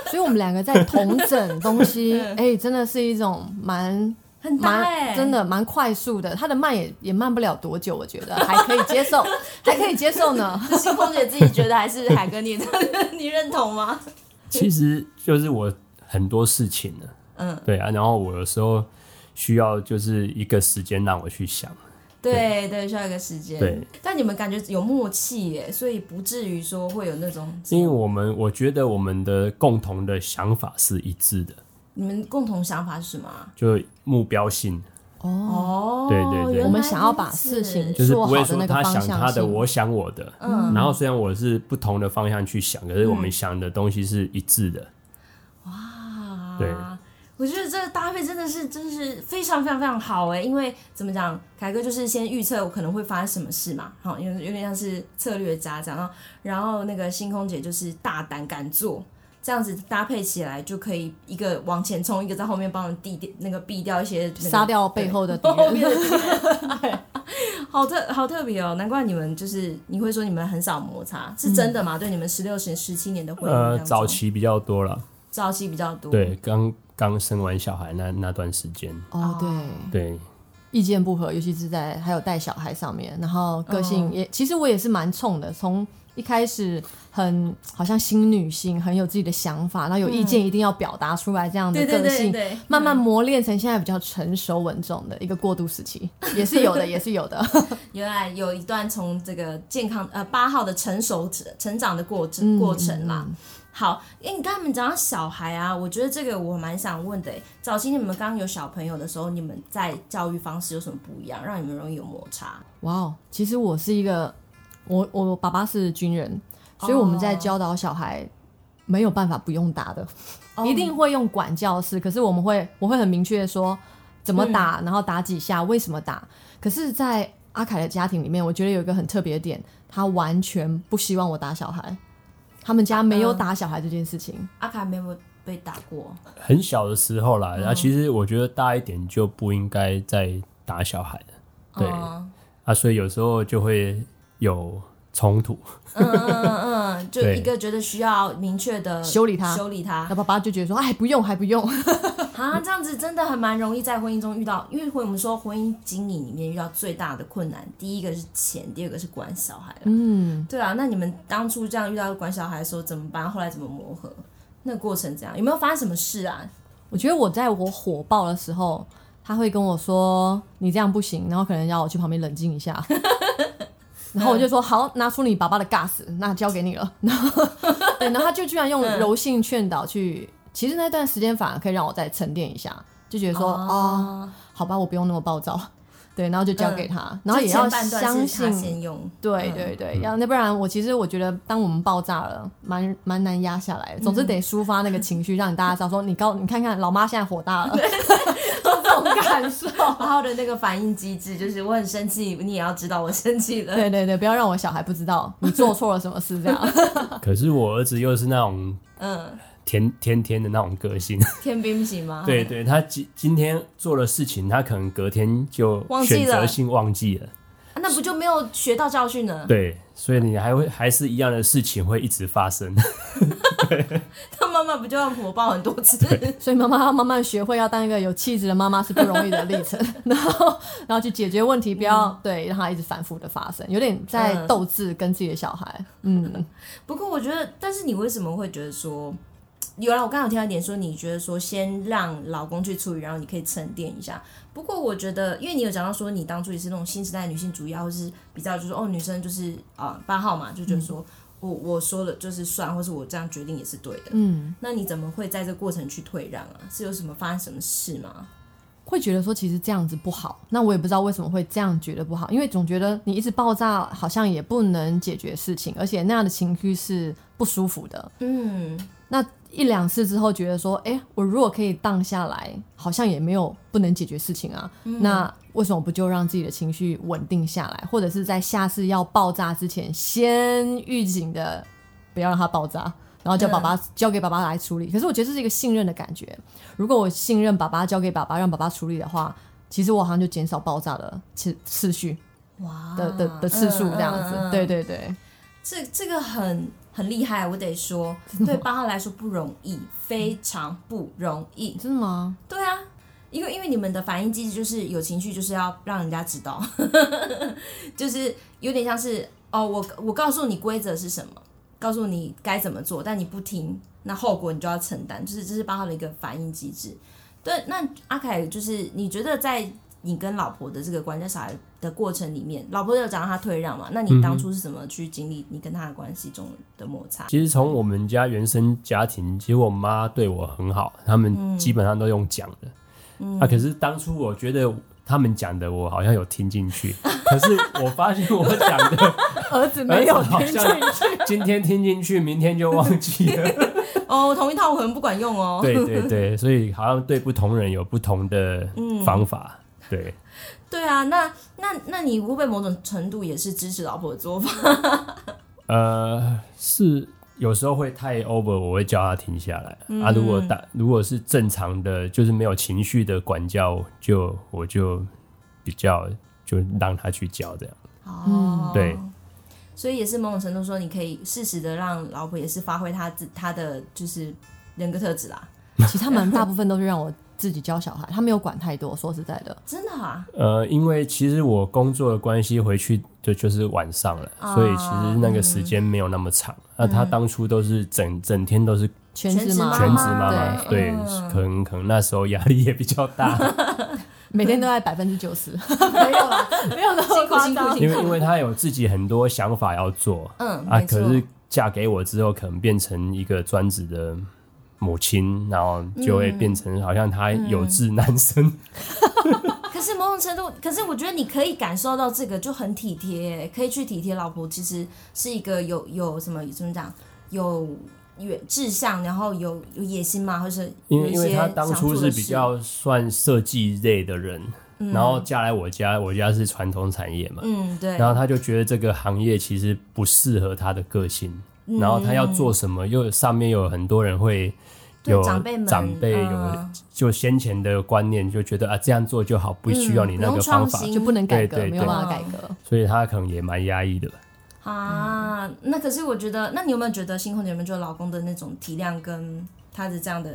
[SPEAKER 3] 所以我们两个在同 整东西，哎、真的是一种蛮
[SPEAKER 2] 嗯很大哎、
[SPEAKER 3] 蛮真的蛮快速的，它的慢也也慢不了多久，我觉得还可以接受，还可以接受 呢。
[SPEAKER 2] 星空姐自己觉得还是海哥你 你认 同吗？
[SPEAKER 4] 其实就是我很多事情呢，
[SPEAKER 2] 嗯，
[SPEAKER 4] 对啊，然后我有时候需要就是一个时间让我去想。
[SPEAKER 2] 对对，需要一个时间。
[SPEAKER 4] 对，
[SPEAKER 2] 但你们感觉有默契耶，所以不至于说会有那种
[SPEAKER 4] 因为我们我觉得我们的共同的想法是一致的，
[SPEAKER 2] 你们共同想法是什么啊？
[SPEAKER 4] 就目标性，
[SPEAKER 3] 哦，
[SPEAKER 2] 哦，
[SPEAKER 4] 对对对
[SPEAKER 2] 原来
[SPEAKER 3] 我们想要把
[SPEAKER 2] 如
[SPEAKER 3] 事
[SPEAKER 2] 此
[SPEAKER 3] 情
[SPEAKER 4] 就是
[SPEAKER 3] 做
[SPEAKER 4] 不
[SPEAKER 3] 好
[SPEAKER 4] 会
[SPEAKER 3] 的
[SPEAKER 4] 说
[SPEAKER 3] 那个
[SPEAKER 4] 他
[SPEAKER 3] 方
[SPEAKER 4] 想
[SPEAKER 3] 向
[SPEAKER 4] 他的，
[SPEAKER 3] 性
[SPEAKER 4] 我想我的。
[SPEAKER 2] 嗯
[SPEAKER 4] 然后虽然我是不同的方向去想，可是我
[SPEAKER 3] 嗯
[SPEAKER 4] 们想的东西是一致的。
[SPEAKER 2] 啊
[SPEAKER 4] 对
[SPEAKER 2] 我觉得这个搭配真的是真是非常非常非常好哎，因为怎么讲，凯哥就是先预测我可能会发生什么事嘛，好，有有点像是策略家这样，然后然后那个星空姐就是大胆敢做，这样子搭配起来就可以一个往前冲，一个在后面帮你避掉那个避掉一些那个
[SPEAKER 3] 杀掉背后的敌
[SPEAKER 2] 后
[SPEAKER 3] 人。
[SPEAKER 2] 面的敌人好特好特别哦，难怪你们就是你会说你们很少摩擦，是真的吗？对你们十六、十十七年的婚姻当
[SPEAKER 4] 呃，
[SPEAKER 2] 中
[SPEAKER 4] 早期比较多了，
[SPEAKER 2] 早期比较多，
[SPEAKER 4] 对，刚刚生完小孩那那段时间，
[SPEAKER 3] 哦，对，
[SPEAKER 4] 对，
[SPEAKER 3] 意见不合，尤其是在还有带小孩上面，然后个
[SPEAKER 2] 哦
[SPEAKER 3] 性也，其实我也是蛮冲的，从一开始很好像新女性，很有自己的想法，然后有意见一定要表达出来这样的
[SPEAKER 2] 嗯对对
[SPEAKER 3] 个
[SPEAKER 2] 对嗯
[SPEAKER 3] 性，
[SPEAKER 2] 对，
[SPEAKER 3] 慢慢磨练成现在比较成熟稳重的一个过渡时期，也是有的，也是 有的。
[SPEAKER 2] 原来有一段从这个健康呃八号的成熟成成长的过程
[SPEAKER 3] 嗯
[SPEAKER 2] 过程啦。好，因为你刚才你们讲到小孩啊，我觉得这个我蛮想问的欸。早期你们刚有小朋友的时候，你们在教育方式有什么不一样，让你们容易有摩擦？
[SPEAKER 3] 哇哦，其实我是一个，我我爸爸是军人，所以我们在
[SPEAKER 2] 哦
[SPEAKER 3] 教导小孩没有办法不用打的， 一定会用管教式。可是我们会我会很明确地说怎么打，然后打几下，为什么打。可是，在阿凯的家庭里面，我觉得有一个很特别的点，他完全不希望我打小孩，他们家没有打小孩这件事情。
[SPEAKER 2] 阿卡没有被打过，
[SPEAKER 4] 很小的时候啦。
[SPEAKER 2] 嗯
[SPEAKER 4] 然后其实我觉得大一点就不应该再打小孩了，对
[SPEAKER 2] 嗯
[SPEAKER 4] 啊，所以有时候就会有 冲突。
[SPEAKER 2] 嗯嗯嗯嗯，就
[SPEAKER 4] 对
[SPEAKER 2] 一个觉得需要明确的
[SPEAKER 3] 修理他
[SPEAKER 2] 修理他
[SPEAKER 3] 那爸爸就觉得说，哎，不用，还不用。
[SPEAKER 2] 啊，这样子真的很蛮容易在婚姻中遇到，因为我们说婚姻经营里面遇到最大的困难，第一个是钱，第二个是管小孩。
[SPEAKER 3] 嗯，
[SPEAKER 2] 对啊，那你们当初这样遇到管小孩的时候怎么办？后来怎么磨合？那个过程怎样？有没有发生什么事啊？
[SPEAKER 3] 我觉得我在我火爆的时候，他会跟我说：“你这样不行。”然后可能要我去旁边冷静一 下。然后我就说：“好，拿出你爸爸的 gas，那交给你了。” 然后，对，然后他就居然用柔性劝导去，其实那段时间反而可以让我再沉淀一下，就觉得说：“哦，
[SPEAKER 2] 哦，嗯
[SPEAKER 3] 好吧，我不用那么暴躁。”对，然后就交给他，然后
[SPEAKER 2] 就
[SPEAKER 3] 也
[SPEAKER 2] 前
[SPEAKER 3] 要
[SPEAKER 2] 半段
[SPEAKER 3] 相
[SPEAKER 2] 是他
[SPEAKER 3] 信
[SPEAKER 2] 先用，
[SPEAKER 3] 对
[SPEAKER 2] 嗯
[SPEAKER 3] 对对，要、那不然我其实我觉得，当我们爆炸了，蛮蛮难压下
[SPEAKER 2] 嗯
[SPEAKER 3] 来的。总之得抒发那个情绪，让大家知道说，你告你看看老妈现在火大 了，就这种感受。
[SPEAKER 2] 然后的那个反应机制就是我很生气，你也要知道我生气 了。
[SPEAKER 3] 对对对，不要让我小孩不知道你做错了什么事，这 样
[SPEAKER 4] 可是我儿子又是那种
[SPEAKER 2] 嗯，哦
[SPEAKER 4] 甜甜甜的那种个性，
[SPEAKER 2] 天兵不行吗？
[SPEAKER 4] 对对，他今今天做了事情，他可能隔天就
[SPEAKER 2] 忘记
[SPEAKER 4] 选择
[SPEAKER 2] 了
[SPEAKER 4] 性忘记了。
[SPEAKER 2] 啊那不就没有学到教训呢？
[SPEAKER 4] 对，所以你还会还是一样的事情会一直发生。
[SPEAKER 2] 他妈妈不就要火爆很多次？
[SPEAKER 3] 所以妈妈要慢慢学会要当一个有气质的妈妈是不容易的历 程，然后然后去解决问题，不要、对让它一直反复的发生，有点在
[SPEAKER 2] 嗯
[SPEAKER 3] 斗智跟自己的小孩。嗯，
[SPEAKER 2] 不过我觉得，但是你为什么会觉得说，有了我刚刚有听到一点说，你觉得说先让老公去处理，然后你可以沉淀一下。不过我觉得，因为你有讲到说，你当初也是那种新时代女性主义啊，或是比较就是哦，女生就是啊八、号嘛，就觉得说、我我说了就是算，或是我这样决定也是对的。嗯，那你怎么会在这过程去退让啊？是有什么发生什么事吗？
[SPEAKER 3] 会觉得说其实这样子不好，那我也不知道为什么会这样觉得不好，因为总觉得你一直爆炸好像也不能解决事情，而且那样的情绪是不舒服的。
[SPEAKER 2] 嗯，
[SPEAKER 3] 那一两次之后，觉得说，哎、我如果可以荡下来，好像也没有不能解决事情啊。那为什么不就让自己的情绪稳定下来，或者是在下次要爆炸之前，先预警的不要让它爆炸，然后叫爸爸、交给爸爸来处理。可是我觉得这是一个信任的感觉。如果我信任爸爸，交给爸爸让爸爸处理的话，其实我好像就减少爆炸的次次序
[SPEAKER 2] 哇
[SPEAKER 3] 的的的次数这样子。
[SPEAKER 2] 嗯嗯嗯
[SPEAKER 3] 对对 对，
[SPEAKER 2] 这这个很很厉害，我得说，对八号来说不容易，非常不容易。
[SPEAKER 3] 真的吗？
[SPEAKER 2] 对啊，因为因为你们的反应机制就是有情绪，就是要让人家知道， 就是有点像是哦，我我告诉你规则是什么，告诉你该怎么做，但你不听，那后果你就要承担，就是这是八号的一个反应机制。对，那阿凯就是你觉得在你跟老婆的这个管教小孩的过程里面，老婆有讲到她退让嘛？那你当初是怎么去经历你跟她的关系中的摩擦？
[SPEAKER 4] 其实从我们家原生家庭，其实我妈对我很好，他
[SPEAKER 3] 嗯
[SPEAKER 4] 们基本上都用讲的。啊，可是当初我觉得他们讲的，我好像有听进去， 可是我发现我讲的
[SPEAKER 3] 儿子没有
[SPEAKER 4] 儿子好
[SPEAKER 3] 听进
[SPEAKER 4] 像今天听进去，明天就忘记 了。
[SPEAKER 2] 哦，同一套我可能不管用哦。
[SPEAKER 4] 对对对，所以好像对不同人有不同的
[SPEAKER 3] 嗯
[SPEAKER 4] 方法。对，
[SPEAKER 2] 对啊，那那那你会不会某种程度也是支持老婆的做法？
[SPEAKER 4] 呃，是有时候会太 over，我会叫他停下来、
[SPEAKER 2] 嗯
[SPEAKER 4] 啊。如果打如果是正常的，就是没有情绪的管教，就我就比较就让他去教这样。
[SPEAKER 3] 嗯
[SPEAKER 2] 哦，
[SPEAKER 4] 对，
[SPEAKER 2] 所以也是某种程度说，你可以适时的让老婆也是发挥她自她的就是人格特质啦。
[SPEAKER 3] 其实他们大部分都是让我自己教小孩，他没有管太多。说实在的，
[SPEAKER 2] 真的啊，
[SPEAKER 4] 呃，因为其实我工作的关系，回去就就是晚上了，
[SPEAKER 2] 啊嗯
[SPEAKER 4] 所以其实那个时间没有那么长。那、他当初都是整整天都是
[SPEAKER 3] 全
[SPEAKER 2] 全
[SPEAKER 3] 职
[SPEAKER 2] 职
[SPEAKER 3] 妈
[SPEAKER 4] 全职妈
[SPEAKER 3] 对
[SPEAKER 4] 妈，对，
[SPEAKER 2] 嗯
[SPEAKER 4] 可能可能那时候压力也比较大。
[SPEAKER 3] 每天都在百分之九十，没有啦， 没有那么
[SPEAKER 2] 辛苦
[SPEAKER 3] 夸
[SPEAKER 2] 辛苦
[SPEAKER 3] 张。
[SPEAKER 2] 辛
[SPEAKER 4] 因
[SPEAKER 2] 苦。
[SPEAKER 4] 为因为她有自己很多想法要做，
[SPEAKER 2] 嗯
[SPEAKER 4] 啊，
[SPEAKER 2] 没错
[SPEAKER 4] 可是嫁给我之后，可能变成一个专职的母亲，然后就会变成好像她有志男
[SPEAKER 2] 嗯
[SPEAKER 4] 生，
[SPEAKER 2] 可是某种程度，可是我觉得你可以感受到这个就很体贴，可以去体贴老婆，其实是一个有有什么怎么讲有。远志向，然后有有野心嘛，或者是
[SPEAKER 4] 因
[SPEAKER 2] 有
[SPEAKER 4] 为
[SPEAKER 2] 一
[SPEAKER 4] 因为
[SPEAKER 2] 些
[SPEAKER 4] 她
[SPEAKER 2] 想
[SPEAKER 4] 当
[SPEAKER 2] 做
[SPEAKER 4] 初
[SPEAKER 2] 的
[SPEAKER 4] 是比
[SPEAKER 2] 事
[SPEAKER 4] 较算设计类的人，然后嫁来我家，我家是传统产业嘛，
[SPEAKER 2] 嗯对，
[SPEAKER 4] 然后她就觉得这个行业其实不适合她的个性，
[SPEAKER 2] 嗯
[SPEAKER 4] 然后她要做什么，又上面有很多人会。
[SPEAKER 2] 对
[SPEAKER 4] 有
[SPEAKER 2] 长辈们
[SPEAKER 4] 长辈有
[SPEAKER 2] 嗯
[SPEAKER 4] 就先前的观念，就觉得啊这样做就好，不需要你
[SPEAKER 2] 嗯
[SPEAKER 4] 那
[SPEAKER 2] 不
[SPEAKER 4] 个
[SPEAKER 2] 用
[SPEAKER 4] 方
[SPEAKER 2] 创
[SPEAKER 4] 法，
[SPEAKER 2] 新
[SPEAKER 3] 就不能改革，
[SPEAKER 4] 对对
[SPEAKER 3] 没有办法改革。
[SPEAKER 4] 所以她可能也蛮压抑的吧。
[SPEAKER 2] 啊，那可是我觉得，那你有没有觉得星空姐有没有觉得老公的那种体谅跟他的这样的，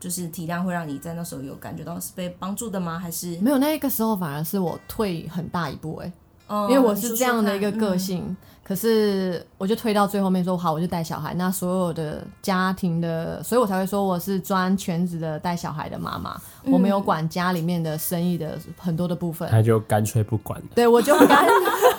[SPEAKER 2] 就是体谅会让你在那时候有感觉到是被帮助的吗？还是
[SPEAKER 3] 没有那个时候，反而是我退很大一步哎、
[SPEAKER 2] 嗯
[SPEAKER 3] 因为我是这样的一个个，性。可是我就推到最后面说好，我就带小孩。那所有的家庭的，所以我才会说我是专全职的带小孩的妈妈，我没有管家里面的生意的很多的部分。
[SPEAKER 4] 他就干脆不管了。
[SPEAKER 3] 对我就不敢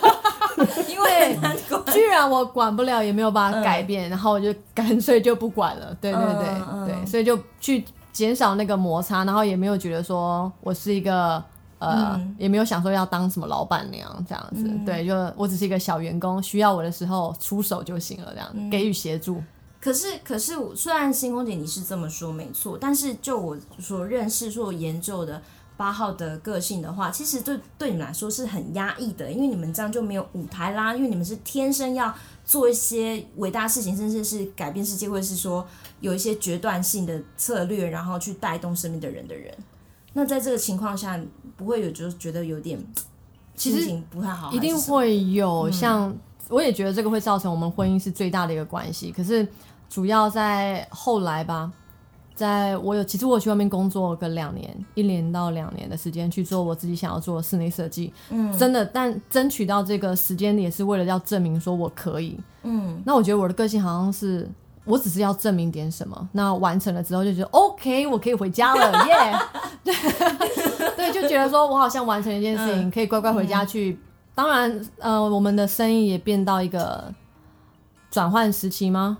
[SPEAKER 2] 你说说看嗯因为很难过
[SPEAKER 3] 居然我管不了，也没有办法改变，然后我就干脆就不管 了。对对对、
[SPEAKER 2] 嗯嗯
[SPEAKER 3] 对，所以就去减少那个摩擦，然后也没有觉得说我是一个呃，
[SPEAKER 2] 嗯
[SPEAKER 3] 也没有想说要当什么老板娘这样子。对，就我只是一个小员工，需要我的时候出手就行了，这样、
[SPEAKER 2] 嗯
[SPEAKER 3] 给予协助。
[SPEAKER 2] 可是，可是我，虽然星空姐你是这么说没错，但是就我所认识、所研究的八号的个性的话，其实对对你们来说是很压抑的，因为你们这样就没有舞台啦，因为你们是天生要做一些伟大事情，甚至是改变世界，或者是说有一些决断性的策略，然后去带动身边的人的人。那在这个情况下，不会有就觉得有点
[SPEAKER 3] 其实
[SPEAKER 2] 心情不太好，
[SPEAKER 3] 一定
[SPEAKER 2] 还是什么嗯
[SPEAKER 3] 会有像，我也觉得这个会造成我们婚姻是最大的一个关系。可是主要在后来吧，在我有其实我有去外面工作个两年，一年到两年的时间去做我自己想要做的室内设计，嗯，真的，但争取到这个时间也是为了要证明说我可以，嗯，那我觉得我的个性好像是。我只是要证明点什么，那完成了之后就觉得 OK，我可以回家了，耶、对 对，就觉得说我好像完成一件事情，可以乖乖回家去。当然，呃，我们的生意也变到一个转换时期吗？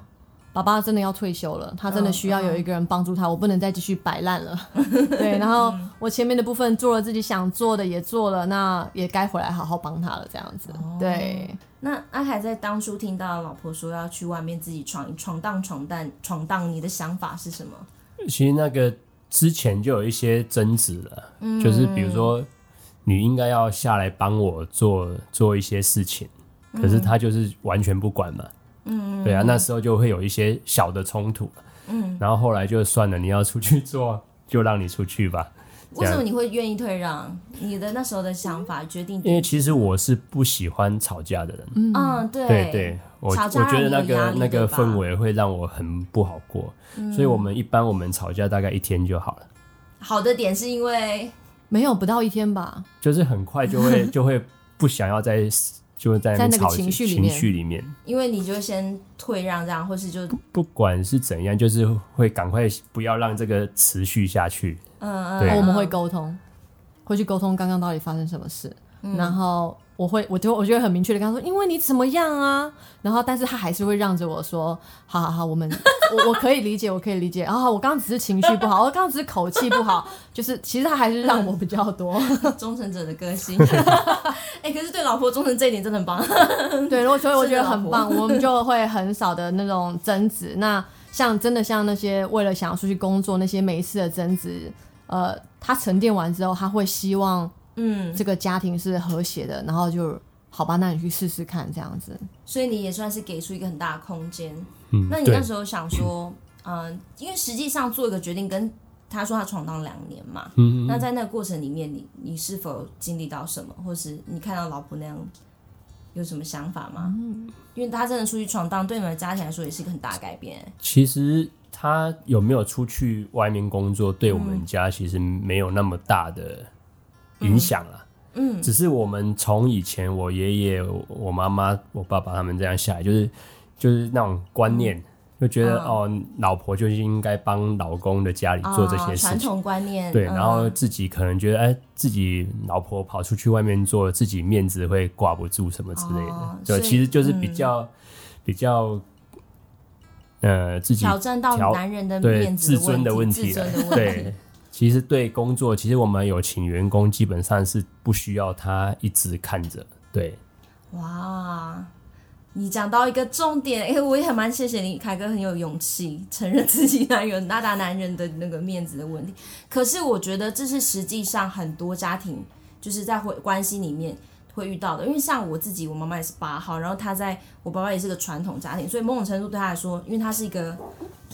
[SPEAKER 3] 爸爸真的要退休了，他真的需要有一个人帮助他，我不能再继续摆烂了。对，然后我前面的部分做了自己想做的，也做了，那也该回来好好帮他了，这样子。对，
[SPEAKER 2] 那阿凯在当初听到老婆说要去外面自己闯闯荡闯荡闯荡，你的想法是什么？
[SPEAKER 4] 其实那个之前就有一些争执了，就是比如说你应该要下来帮我做做一些事情，可是他就是完全不管嘛。嗯，对啊，那时候就会有一些小的冲突。嗯，然后后来就算了，你要出去做，就让你出去吧。这
[SPEAKER 2] 为什么
[SPEAKER 4] 样，
[SPEAKER 2] 你会愿意退让？你的那时候的想法决定，
[SPEAKER 4] 因为其实我是不喜欢吵架的人。
[SPEAKER 2] 嗯，对
[SPEAKER 4] 对对，我
[SPEAKER 2] 吵
[SPEAKER 4] 我
[SPEAKER 2] 架
[SPEAKER 4] 觉得那
[SPEAKER 2] 让你有压
[SPEAKER 4] 个
[SPEAKER 2] 力
[SPEAKER 4] 那个
[SPEAKER 2] 对吧嗯
[SPEAKER 4] 氛围会让我很不好过，所以我们一般我们吵架大概一天就好了，
[SPEAKER 2] 好的点是因为
[SPEAKER 3] 没有不到一天吧，
[SPEAKER 4] 就是很快就会就会不想要再就在
[SPEAKER 3] 在那
[SPEAKER 4] 边
[SPEAKER 3] 个
[SPEAKER 4] 吵
[SPEAKER 3] 情绪里
[SPEAKER 4] 情
[SPEAKER 3] 面
[SPEAKER 4] 绪里面，
[SPEAKER 2] 因为你就先退让这样，或是就
[SPEAKER 4] 不管是怎样，就是会赶快不要让这个持续下去。
[SPEAKER 2] 嗯
[SPEAKER 4] 对
[SPEAKER 3] 然后哦
[SPEAKER 4] 啊
[SPEAKER 3] 我们会沟通，会去沟通刚刚到底发生什么事，
[SPEAKER 2] 嗯
[SPEAKER 3] 然后我会，我就我就会很明确的跟他说，因为你怎么样啊，然后但是他还是会让着我说，好好好，我们 我我可以理解，我可以理解，啊，我刚刚只是情绪不好，我刚刚只是口气不好，就是其实他还是让我比较 多，
[SPEAKER 2] 嗯忠诚者的个性。 哎、可是对老婆忠诚这一点真的很棒。
[SPEAKER 3] 对，我所以我觉得很
[SPEAKER 2] 是的老
[SPEAKER 3] 棒，我们就会很少的那种争执，那像真的像那些为了想要出去工作那些每一次的争执，呃，他沉淀完之后，他会希望。
[SPEAKER 2] 嗯，
[SPEAKER 3] 这个家庭是和谐的，然后就好吧，那你去试试看这样子。
[SPEAKER 2] 所以你也算是给出一个很大的空间。
[SPEAKER 4] 嗯，
[SPEAKER 2] 那你
[SPEAKER 4] 对
[SPEAKER 2] 那时候想说，嗯、因为实际上做一个决定，跟他说他闯荡两年嘛，
[SPEAKER 4] 嗯
[SPEAKER 2] 那在那个过程里面，你你是否经历到什么，或是你看到老婆那样有什么想法吗？因为他真的出去闯荡，对你们的家庭来说也是一个很大的改变、
[SPEAKER 4] 其实他有没有出去外面工作，对我们家其实没有那么大的影响啦。嗯，只是我们从以前我爷爷、我我妈妈、我爸爸他们这样下来，就是就是那种观念，就觉得、哦，老婆就是应该帮老公的家里做这些
[SPEAKER 2] 啊
[SPEAKER 4] 事
[SPEAKER 2] 传
[SPEAKER 4] 情。
[SPEAKER 2] 统观念，
[SPEAKER 4] 对，
[SPEAKER 2] 嗯
[SPEAKER 4] 然后自己可能觉得，哎，自己老婆跑出去外面做，自己面子会挂不住什么之类的，
[SPEAKER 2] 哦所
[SPEAKER 4] 对，
[SPEAKER 2] 以嗯
[SPEAKER 4] 其实就是比较、比较，呃，自己
[SPEAKER 2] 挑战到
[SPEAKER 4] 挑
[SPEAKER 2] 男人的
[SPEAKER 4] 对
[SPEAKER 2] 面子
[SPEAKER 4] 自尊的
[SPEAKER 2] 问
[SPEAKER 4] 问
[SPEAKER 2] 自
[SPEAKER 4] 题了啊
[SPEAKER 2] 尊的，问题，
[SPEAKER 4] 对，其实对工作，其实我们有请员工，基本上是不需要他一直看着，对，
[SPEAKER 2] 哇，你讲到一个重点，哎、我也很蛮谢谢你，凯哥很有勇气承认自己男人大大男人的那个面子的问题。可是我觉得这是实际上很多家庭就是在会关系里面会遇到的，因为像我自己，我妈妈也是八号，然后她在我爸爸也是个传统家庭，所以某种程度对她来说，因为她是一个。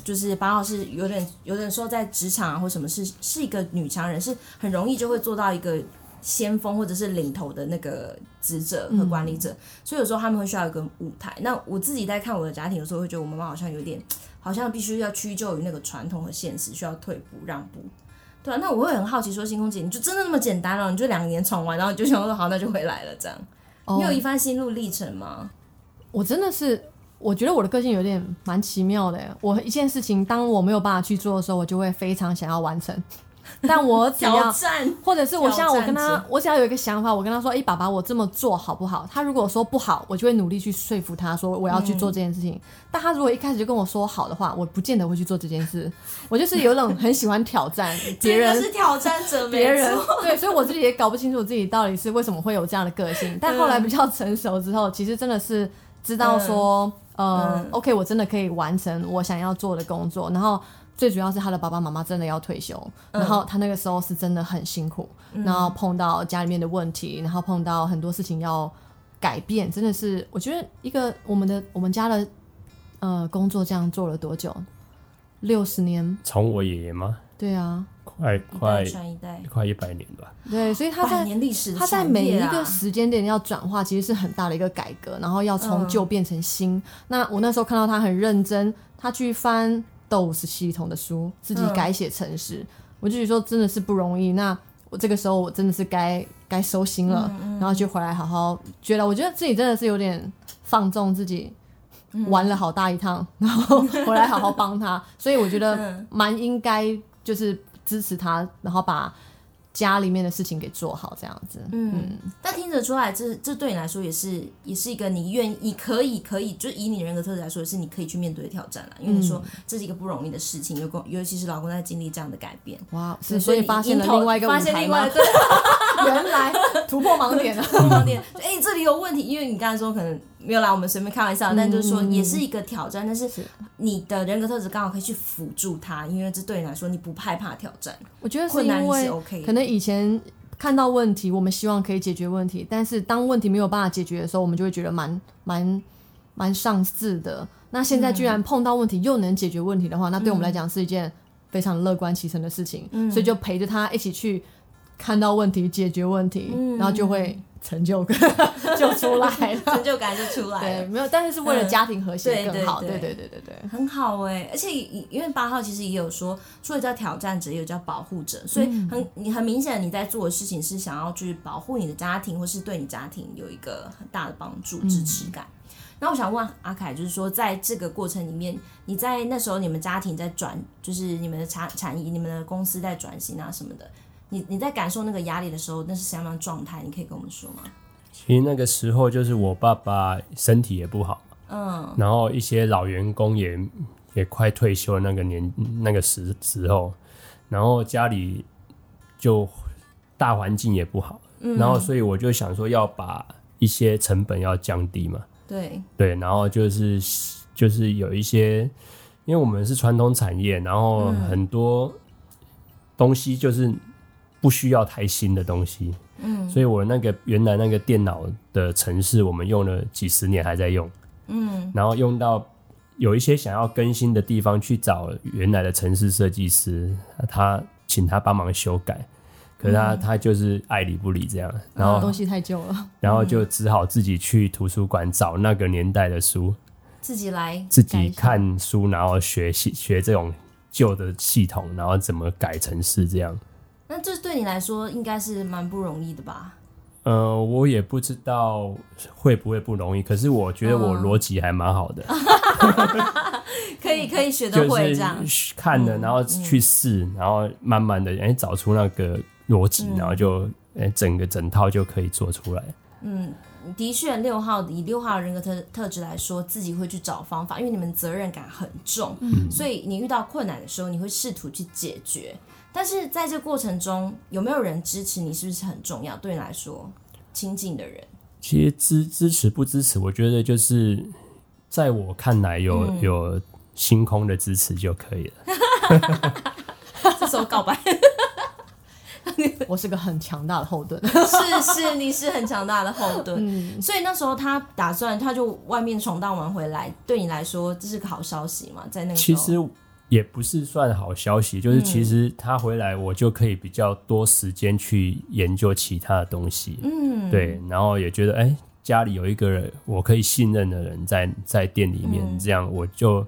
[SPEAKER 2] 就是八号是有点，有点说在职场啊或什么是是一个女强人，是很容易就会做到一个先锋或者是领头的那个职责和管理者，
[SPEAKER 3] 嗯
[SPEAKER 2] 所以有时候他们会需要一个舞台。那我自己在看我的家庭，有时候会觉得我妈妈好像有点，好像必须要屈就于那个传统和现实，需要退步让步。对啊，那我会很好奇说，星空姐，你就真的那么简单了？哦你就两年闯完，然后你就想说好，那就回来了这样。
[SPEAKER 3] 哦
[SPEAKER 2] 你有一番心路历程吗？
[SPEAKER 3] 我真的是，我觉得我的个性有点蛮奇妙的耶。我一件事情，当我没有办法去做的时候，我就会非常想要 完成，但我只
[SPEAKER 2] 挑
[SPEAKER 3] 要。
[SPEAKER 2] 战，
[SPEAKER 3] 或者是我像我跟
[SPEAKER 2] 挑战
[SPEAKER 3] 他
[SPEAKER 2] 者，
[SPEAKER 3] 我只要有一个想法，我跟他说：“哎、爸爸，我这么做好不好？”他如果说不好，我就会努力去说服他说我要去做这件事
[SPEAKER 2] 嗯
[SPEAKER 3] 情。但他如果一开始就跟我说好的话，我不见得会去做这件事。我就是有一种很喜欢挑 战别人
[SPEAKER 2] 这个是挑战者，
[SPEAKER 3] 别
[SPEAKER 2] 没
[SPEAKER 3] 人
[SPEAKER 2] 错
[SPEAKER 3] 对，所以我自己也搞不清楚自己到底是为什么会有这样的个性。
[SPEAKER 2] 嗯
[SPEAKER 3] 但后来比较成熟之后，其实真的是知道说，呃
[SPEAKER 2] 嗯
[SPEAKER 3] ，OK，我真的可以完成我想要做的工作。然后最主要是他的爸爸妈妈真的要退休，
[SPEAKER 2] 嗯
[SPEAKER 3] 然后他那个时候是真的很辛苦，然后碰到家里面的问题，然后碰到很多事情要改变，真的是我觉得一个我们的我们家的呃工作这样做了多久？六十年
[SPEAKER 4] 从我爷爷吗？
[SPEAKER 3] 对啊，
[SPEAKER 4] 快
[SPEAKER 2] 一代
[SPEAKER 4] 快
[SPEAKER 2] 传一代，
[SPEAKER 4] 快一百年吧。
[SPEAKER 3] 对，所以他
[SPEAKER 2] 百
[SPEAKER 3] 在
[SPEAKER 2] 年历史的
[SPEAKER 3] 他在
[SPEAKER 2] 产
[SPEAKER 3] 每
[SPEAKER 2] 业
[SPEAKER 3] 一
[SPEAKER 2] 啊
[SPEAKER 3] 个时间点要转化，其实是很大的一个改革，然后要从
[SPEAKER 2] 嗯
[SPEAKER 3] 旧变成新。那我那时候看到他很认真，他去翻 DOS 系统的书，自己
[SPEAKER 2] 嗯
[SPEAKER 3] 改写程式，我就觉得说真的是不容易。那我这个时候我真的是该该收心了，
[SPEAKER 2] 嗯
[SPEAKER 3] 然后就回来好好觉得，我觉得自己真的是有点放纵自己。玩了好大一趟，然后回来好好帮他，所以我觉得
[SPEAKER 2] 嗯
[SPEAKER 3] 蛮应该就是支持他，然后把家里面的事情给做好，这样子。
[SPEAKER 2] 嗯，但听得出来，这这对你来说也是也是一个你愿意可以可以，就以你人格特质来说，是你可以去面对的挑战啦。因为你说
[SPEAKER 3] 嗯
[SPEAKER 2] 这是一个不容易的事情，尤尤其是老公在经历这样的改变，
[SPEAKER 3] 哇，
[SPEAKER 2] 对
[SPEAKER 3] 是所以
[SPEAKER 2] 你
[SPEAKER 3] 发现
[SPEAKER 2] 迎
[SPEAKER 3] 了
[SPEAKER 2] 头
[SPEAKER 3] 另外一个舞
[SPEAKER 2] 发现
[SPEAKER 3] 台
[SPEAKER 2] 另
[SPEAKER 3] 吗
[SPEAKER 2] 外？对
[SPEAKER 3] 原来突破盲点了。
[SPEAKER 2] 盲点， 哎、这里有问题，因为你刚才说可能没有啦，我们随便开玩笑，但就是说也是一个挑战，但是
[SPEAKER 3] 嗯是
[SPEAKER 2] 你的人格特质刚好可以去辅助他，因为这对你来说你不害怕挑战，
[SPEAKER 3] 我觉得是
[SPEAKER 2] 困难
[SPEAKER 3] 因
[SPEAKER 2] 你是
[SPEAKER 3] 为
[SPEAKER 2] OK 的
[SPEAKER 3] 可能以前看到问题，我们希望可以解决问题，但是当问题没有办法解决的时候，我们就会觉得蛮蛮蛮上刺的。那现在居然碰到问题又能解决问题的话，那对我们来讲是一件非常乐观其成的事情。所以就陪着他一起去看到问题、解决问题，然后就会成就 感嗯就出来 了。
[SPEAKER 2] 成就感就出来
[SPEAKER 3] 对，
[SPEAKER 2] 了。
[SPEAKER 3] 没有，但是是为了
[SPEAKER 2] 嗯
[SPEAKER 3] 家庭和谐
[SPEAKER 2] 对
[SPEAKER 3] 更好。
[SPEAKER 2] 对
[SPEAKER 3] 对
[SPEAKER 2] 对
[SPEAKER 3] 对对对对。
[SPEAKER 2] 很好哎、而且以因为八号其实也有说，除了叫挑战者，也有叫保护者，所以很你很明显你在做的事情是想要去保护你的家庭，或是对你家庭有一个很大的帮助、支持感。那我想问阿凯，就是说，在这个过程里面，你在那时候你们家庭在转，就是你们的产产业、你们的公司在转型啊什么的，你你在感受那个压力的时候，那是什么样的状态？你可以跟我们说吗？
[SPEAKER 4] 其实那个时候就是我爸爸身体也不好，嗯，然后一些老员工也也快退休那个年那个时时候，然后家里就大环境也不好，然后所以我就想说要把一些成本要降低嘛，
[SPEAKER 2] 对，
[SPEAKER 4] 对，然后就是就是有一些，因为我们是传统产业，然后很多东西就是不需要太新的东西，嗯，所以我那个原来那个电脑的程式，我们用了几十年还在用，嗯，然后用到。有一些想要更新的地方，去找原来的城市设计师，他请他帮忙修改，可是他、他就是爱理不理这样，然后
[SPEAKER 3] 东西太旧了，
[SPEAKER 4] 然后就只好自己去图书馆找那个年代的书，
[SPEAKER 2] 自己来，
[SPEAKER 4] 自己看书，然后学习学这种旧的系统，然后怎么改成是这样。
[SPEAKER 2] 那这对你来说应该是蛮不容易的吧？
[SPEAKER 4] 呃，我也不知道会不会不容易，可是我觉得我逻辑还蛮好的，
[SPEAKER 2] 可以可以学得啊会这样嗯
[SPEAKER 4] 嗯就，是看了，然后去试，然后慢慢的哎找出那个逻辑，
[SPEAKER 2] 嗯
[SPEAKER 4] 然后就哎整个整套就可以做出来。
[SPEAKER 2] 的确，六号以六号的人格特特质来说，自己会去找方法，因为你们责任感很重，
[SPEAKER 4] 嗯
[SPEAKER 2] 所以你遇到困难的时候，你会试图去解决。但是在这过程中，有没有人支持你，是不是很重要？对你来说，亲近的人，
[SPEAKER 4] 其实支支持不支持，我觉得就是在我看来有、
[SPEAKER 2] 嗯
[SPEAKER 4] 有星空的支持就可以了。
[SPEAKER 2] 这时候告白
[SPEAKER 3] 我是个很强大的后盾。
[SPEAKER 2] 是是，你是很强大的后盾。
[SPEAKER 4] 嗯
[SPEAKER 2] 所以那时候他打算，他就外面闯荡完回来，对你来说这是个好消息嘛？在那个时
[SPEAKER 4] 其
[SPEAKER 2] 候嗯
[SPEAKER 4] 实也不是算好消息，就是其实他回来，我就可以比较多时间去研究其他的东西。嗯，对，然后也觉得哎、家里有一个人我可以信任的人在在店里面，
[SPEAKER 2] 嗯
[SPEAKER 4] 这样我就。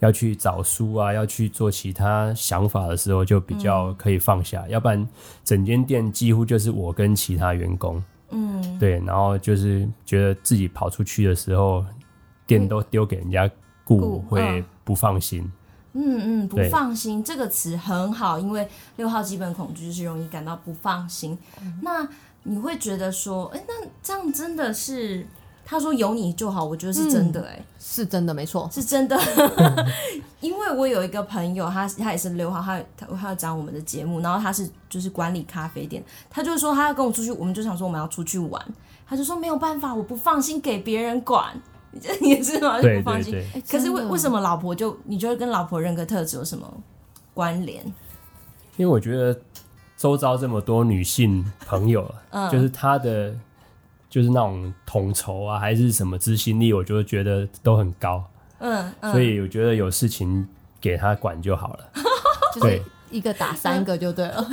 [SPEAKER 4] 要去找书啊，要去做其他想法的时候，就比
[SPEAKER 2] 嗯
[SPEAKER 4] 较可以放下，要不然整间店几乎就是我跟其他员工，嗯，对，然后就是觉得自己跑出去的时候，店都丢给人家顾
[SPEAKER 2] 顾，
[SPEAKER 4] 会不放心，
[SPEAKER 2] 嗯嗯，不
[SPEAKER 4] 对
[SPEAKER 2] 放心这个词很好，因为六号基本恐惧就是容易感到不放心。
[SPEAKER 4] 嗯
[SPEAKER 2] 那你会觉得说，哎、那这样真的是？他说有你就好，我觉得是真的、
[SPEAKER 4] 嗯
[SPEAKER 2] 哎、
[SPEAKER 3] 是真的，没错。
[SPEAKER 2] 是真的。 因为我有一个朋友，他他也是六号，他他他要讲我们的节目，然后他是就是管理咖啡店，他就说他要跟我出去，我们就想说我们要出去玩，他就说没有办法，我不放心给别人管， 你这也是吗？哦就
[SPEAKER 4] 对
[SPEAKER 2] 不放
[SPEAKER 4] 对
[SPEAKER 2] 心。哎
[SPEAKER 4] 对，
[SPEAKER 2] 可是为为 什
[SPEAKER 3] 么？
[SPEAKER 2] 么老婆就你觉得跟老婆人格特质有什么关联？
[SPEAKER 4] 因为我觉得周遭这么多女性朋 友，
[SPEAKER 2] 嗯
[SPEAKER 4] 就是她的就是那种统筹啊，还是什么执行力，我就觉得都很高，
[SPEAKER 2] 嗯，嗯
[SPEAKER 4] 所以我觉得有事情给她管就好了。
[SPEAKER 3] 就
[SPEAKER 4] 对
[SPEAKER 3] 是一个打三个就对了。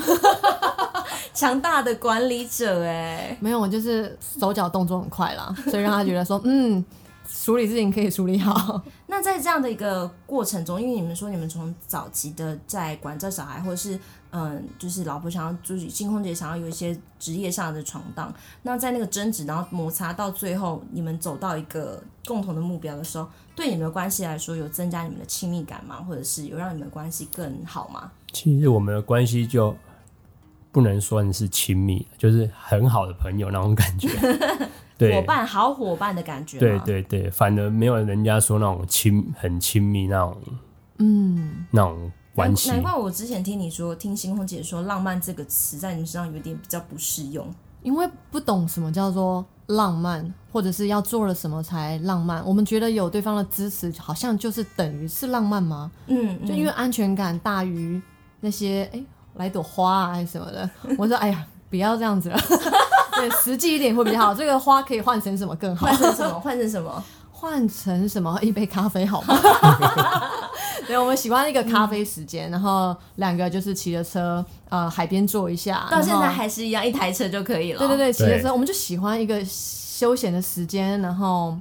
[SPEAKER 2] 强大的管理者哎、
[SPEAKER 3] 没有，我就是手脚动作很快啦，所以让他觉得说， 嗯，处理事情可以处理好。
[SPEAKER 2] 那在这样的一个过程中，因为你们说你们从早期的在管教小孩，或者是嗯，就是老婆想要就是星空姐想要有一些职业上的闯荡，那在那个争执，然后摩擦到最后，你们走到一个共同的目标的时候，对你们的关系来说，有增加你们的亲密感吗？或者是有让你们的关系更好吗？
[SPEAKER 4] 其实我们的关系就不能算是亲密，就是很好的朋友那种感 觉。对
[SPEAKER 2] 伙，伴，好伙伴的感觉吗？
[SPEAKER 4] 对对对，反而没有人家说那种亲很亲密那种，嗯，那种关系
[SPEAKER 2] 难。难怪我之前听你说，听星空姐说“浪漫”这个词在你们身上有点比较不适用。
[SPEAKER 3] 因为不懂什么叫做浪漫，或者是要做了什么才浪漫，我们觉得有对方的支持，好像就是等于是浪漫吗？
[SPEAKER 2] 嗯，
[SPEAKER 3] 就因为安全感大于那些哎、来朵花啊还是什么的。 我说哎呀，不要这样子了， 对，实际一点会比较好。这个花可以换成什么更好
[SPEAKER 2] 换？成什么？ 换成什么？
[SPEAKER 3] 换成什么？一杯咖啡好吗？ 对，我们喜欢一个咖啡时间，然后两个就是骑着车，呃，海边坐一下。
[SPEAKER 2] 到现在
[SPEAKER 3] 然后
[SPEAKER 2] 还是一样，一台车就可以了。
[SPEAKER 3] 对对对，骑着
[SPEAKER 4] 对
[SPEAKER 3] 车，我们就喜欢一个休闲的时间，然后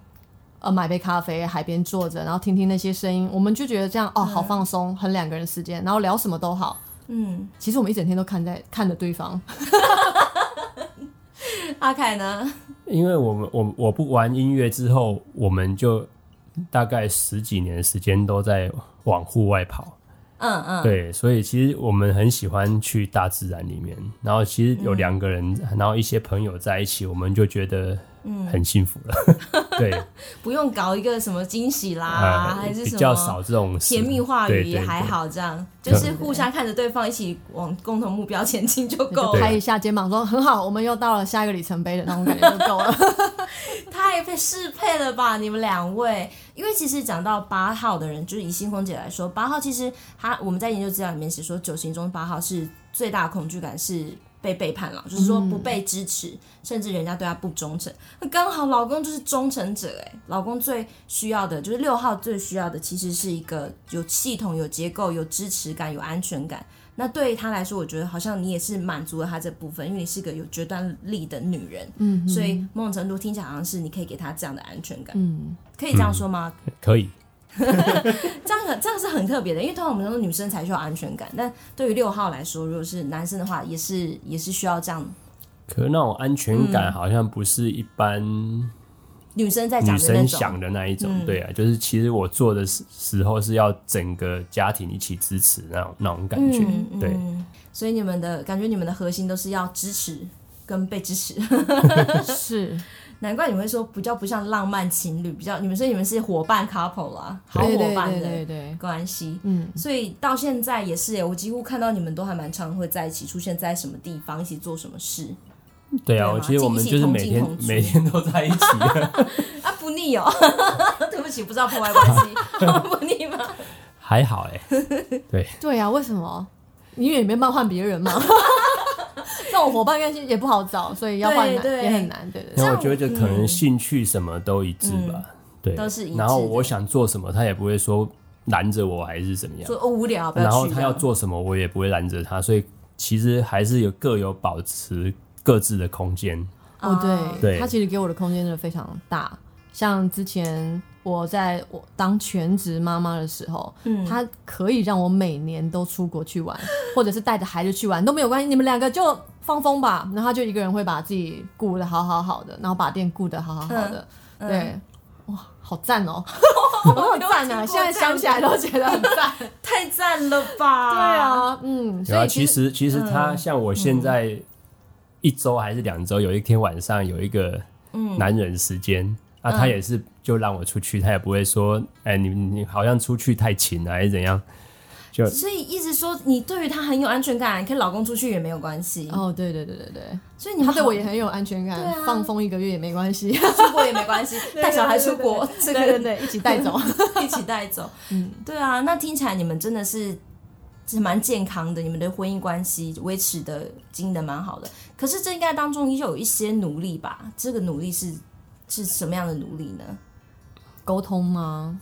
[SPEAKER 3] 呃买杯咖啡，海边坐着，然后听听那些声音，我们就觉得这样哦，好放松，很两个人时间，然后聊什么都好。
[SPEAKER 2] 嗯，
[SPEAKER 3] 其实我们一整天都看在看着对方，
[SPEAKER 2] 阿凯呢？
[SPEAKER 4] 因为我们我我不玩音乐之后，我们就大概十几年的时间都在往户外跑。
[SPEAKER 2] 嗯嗯，
[SPEAKER 4] 对，所以其实我们很喜欢去大自然里面，然后其实有
[SPEAKER 2] 嗯
[SPEAKER 4] 两个人，然后一些朋友在一起，我们就觉得
[SPEAKER 2] 嗯
[SPEAKER 4] 很幸福 了。对
[SPEAKER 2] 不用搞一个什么惊喜啦，
[SPEAKER 4] 啊，
[SPEAKER 2] 还是
[SPEAKER 4] 比
[SPEAKER 2] 什么
[SPEAKER 4] 较少这种事
[SPEAKER 2] 甜蜜话
[SPEAKER 4] 对
[SPEAKER 2] 语也
[SPEAKER 4] 对
[SPEAKER 2] 还
[SPEAKER 4] 对
[SPEAKER 2] 好，这样
[SPEAKER 4] 对
[SPEAKER 2] 就是互相看着对方，一起往共同目标前进就
[SPEAKER 3] 就
[SPEAKER 2] 够了。
[SPEAKER 3] 拍一下肩膀说很好，我们又到了下一个里程碑的那种感觉就够 了。
[SPEAKER 2] 太配适配了吧，你们两位？因为其实讲到八号的人，就是以星空姐来说，八号其实他我们在研究资料里面是说，九型中八号是最大的恐惧感是被背叛了，就是说不被支持，甚至人家对他不忠诚。那刚好老公就是忠诚者哎，老公最需要的就是六号最需要的其实是一个有系统、有结构、有支持感、有安全感。那对于他来说，我觉得好像你也是满足了他这部分，因为你是个有决断力的女人。
[SPEAKER 3] 嗯，
[SPEAKER 2] 所以某种程度听起来好像是你可以给他这样的安全感，
[SPEAKER 3] 嗯，
[SPEAKER 2] 可以这样说吗？
[SPEAKER 4] 可以。
[SPEAKER 2] 这样很这样是很特别的，因为通常我们都是女生才需要安全感，但对于六号来说，如果是男生的话，也是也是需要这样。
[SPEAKER 4] 可是那种安全感好像不是一般
[SPEAKER 2] 女生嗯在讲的那
[SPEAKER 4] 女生
[SPEAKER 2] 种嗯
[SPEAKER 4] 想，的那一种，对啊，就是其实我做的时时候是要整个家庭一起支持那种那种感觉，
[SPEAKER 2] 嗯
[SPEAKER 4] 对。
[SPEAKER 2] 所以你们的感觉，你们的核心都是要支持跟被支持，
[SPEAKER 3] 是，
[SPEAKER 2] 难怪你们会说比较不像浪漫情侣，比较你们说你们是伙伴 couple 啊， 好
[SPEAKER 3] 对
[SPEAKER 2] 伙
[SPEAKER 3] 对
[SPEAKER 2] 伴
[SPEAKER 3] 对
[SPEAKER 2] 的
[SPEAKER 3] 对对，
[SPEAKER 2] 关系。
[SPEAKER 3] 嗯，
[SPEAKER 2] 所以到现在也是耶，我几乎看到你们都还蛮常会在一起，出现在什么地方，一起做什么事
[SPEAKER 4] 对
[SPEAKER 2] 对
[SPEAKER 4] 啊，我
[SPEAKER 2] 嘛
[SPEAKER 4] 其实我们
[SPEAKER 2] 一起
[SPEAKER 4] 就是
[SPEAKER 2] 同
[SPEAKER 4] 每
[SPEAKER 2] 进
[SPEAKER 4] 天
[SPEAKER 2] 同出
[SPEAKER 4] 每天都在一起，
[SPEAKER 2] 啊，不腻哦。 对不起，不知道破坏关 系，不腻吗？
[SPEAKER 4] 还好哎、
[SPEAKER 3] 对啊呀、为什么？因为你没办法换别 人嘛。这种伙伴关系也不好找，所以要换
[SPEAKER 2] 对
[SPEAKER 3] 难
[SPEAKER 2] 对
[SPEAKER 3] 也很难，对对对
[SPEAKER 4] 因为我
[SPEAKER 2] 这
[SPEAKER 4] 觉
[SPEAKER 2] 样
[SPEAKER 4] 得可能兴趣什么都一致吧，对，
[SPEAKER 2] 都是一致的
[SPEAKER 4] 然后我想做什么，他也不会说拦着我还是怎么样
[SPEAKER 2] 说，哦无聊，不要
[SPEAKER 4] 然后
[SPEAKER 2] 去。
[SPEAKER 4] 他要，做什么，我也不会拦着他，所以其实还是有各有保持各自的空间。
[SPEAKER 3] 哦，
[SPEAKER 2] 啊
[SPEAKER 3] 对，
[SPEAKER 4] 对
[SPEAKER 3] 他其实给我的空间真的非常大。像之前我在我当全职妈妈的时候，
[SPEAKER 2] 嗯
[SPEAKER 3] 他可以让我每年都出国去玩，或者是带着孩子去玩都没有关系，你们两个就放风吧。然后他就一个人会把自己顾得好好好的，然后把店顾得好好好的，
[SPEAKER 2] 嗯
[SPEAKER 3] 对。哇，好赞哦！好赞啊！
[SPEAKER 2] 听过
[SPEAKER 3] 现在想起来都觉得很 赞。
[SPEAKER 2] 太赞了
[SPEAKER 3] 对
[SPEAKER 2] 吧？，
[SPEAKER 3] 啊，嗯，
[SPEAKER 4] 然
[SPEAKER 3] 所
[SPEAKER 4] 后
[SPEAKER 3] 以其
[SPEAKER 4] 其
[SPEAKER 3] 实
[SPEAKER 4] 实嗯其实他像我现在一周还是两周，有一天晚上有一个男人时间。啊，他也是就让我出去，他也不会说，哎、你你好像出去太勤了啊还是怎样，就
[SPEAKER 2] 所以一直说你对于他很有安全感，跟老公出去也没有关系。
[SPEAKER 3] 哦，对对对对对，
[SPEAKER 2] 所以你们
[SPEAKER 3] 他对我
[SPEAKER 2] 好
[SPEAKER 3] 也很 有安全
[SPEAKER 2] 对
[SPEAKER 3] 感
[SPEAKER 2] 啊，
[SPEAKER 3] 放风一个月也没关系。
[SPEAKER 2] 出国也没关系， 带小孩出国，这
[SPEAKER 3] 对对嗯
[SPEAKER 2] 个
[SPEAKER 3] 对，一起带走。
[SPEAKER 2] 一起带走。对啊，那听起来你们真的是。是蛮健康的，你们的婚姻关系维持的经营的蛮好的。可是这应该当中也有一些努力吧？这个努力是是什么样的努力呢？
[SPEAKER 3] 沟通吗？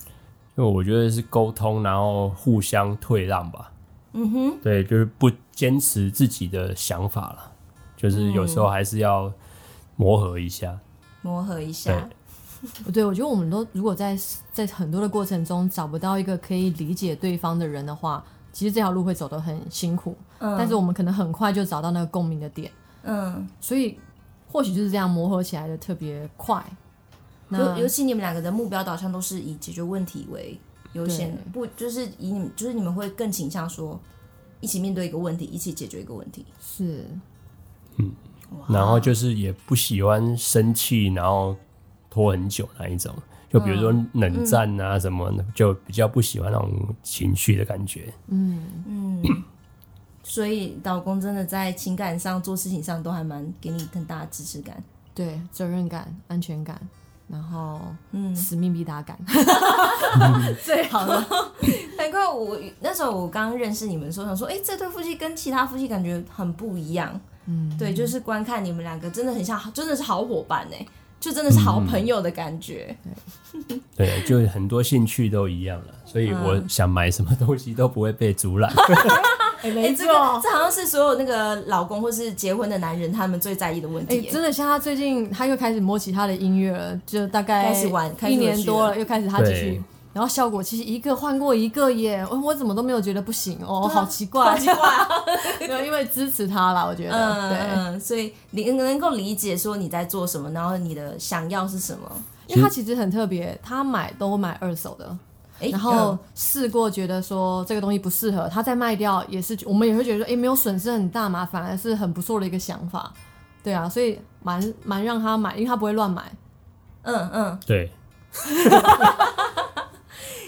[SPEAKER 4] 因为我觉得是沟通，然后互相退让吧。
[SPEAKER 2] 嗯哼，
[SPEAKER 4] 对，就是不坚持自己的想法了，就是有时候还是要磨合一下。
[SPEAKER 2] 磨合一下。
[SPEAKER 3] 对，我觉得我们都如果在在很多的过程中找不到一个可以理解对方的人的话，其实这条路会走得很辛苦。
[SPEAKER 2] 嗯
[SPEAKER 3] 但是我们可能很快就找到那个共鸣的点，
[SPEAKER 2] 嗯，
[SPEAKER 3] 所以或许就是这样磨合起来的特别快。那
[SPEAKER 2] 尤尤其你们两个的目标导向都是以解决问题为优先，不就是以你们就是你们会更倾向说一起面对一个问题，一起解决一个问题。
[SPEAKER 3] 是
[SPEAKER 2] 哇
[SPEAKER 4] 然后就是也不喜欢生气，然后拖很久那一种。就比如说冷战啊什么的，就比较不喜欢那种情绪的感觉。
[SPEAKER 2] 嗯，所以老公真的在情感上做事情上都还蛮给你很大的支持感。
[SPEAKER 3] 对责任感、安全感，然后
[SPEAKER 2] 嗯，
[SPEAKER 3] 使命必达感。
[SPEAKER 2] 最好了。 难怪我那时候我刚认识你们的时候，想说，哎、这对夫妻跟其他夫妻感觉很不一样。嗯，对，就是观看你们两个真的很像，真的是好伙伴呢、就真的是好朋友的感觉。
[SPEAKER 4] 对，就很多兴趣都一样了，所以
[SPEAKER 2] 嗯
[SPEAKER 4] 我想买什么东西都不会被阻拦。
[SPEAKER 2] 哎、这个这好像是所有那个老公或是结婚的男人他们最在意的问
[SPEAKER 3] 哎、
[SPEAKER 2] 题耶、
[SPEAKER 3] 真的像他最近他又开始摸起他的音乐了，就大概
[SPEAKER 2] 开始玩开始
[SPEAKER 3] 一
[SPEAKER 2] 有
[SPEAKER 3] 年
[SPEAKER 2] 趣
[SPEAKER 3] 多
[SPEAKER 2] 了
[SPEAKER 3] 了，又开始他继
[SPEAKER 4] 对
[SPEAKER 3] 续。然后效果其实一个换过一个耶，我我怎么都没有觉得不行哦，好奇怪，
[SPEAKER 2] 啊奇怪， 啊
[SPEAKER 3] 没有因为支持他啦，我觉得、
[SPEAKER 2] 嗯
[SPEAKER 3] 对。
[SPEAKER 2] 嗯，所以你能够理解说你在做什么，然后你的想要是什么。
[SPEAKER 3] 因为他其实很特别，他买都买二手的，
[SPEAKER 2] 哎
[SPEAKER 3] 然后试过觉得说这个东西不适合，他再卖掉也是，我们也会觉得说，哎、没有损失很大嘛，反而是很不错的一个想法，对啊，所以蛮蛮让他买，因为他不会乱买，
[SPEAKER 2] 嗯嗯
[SPEAKER 4] 对，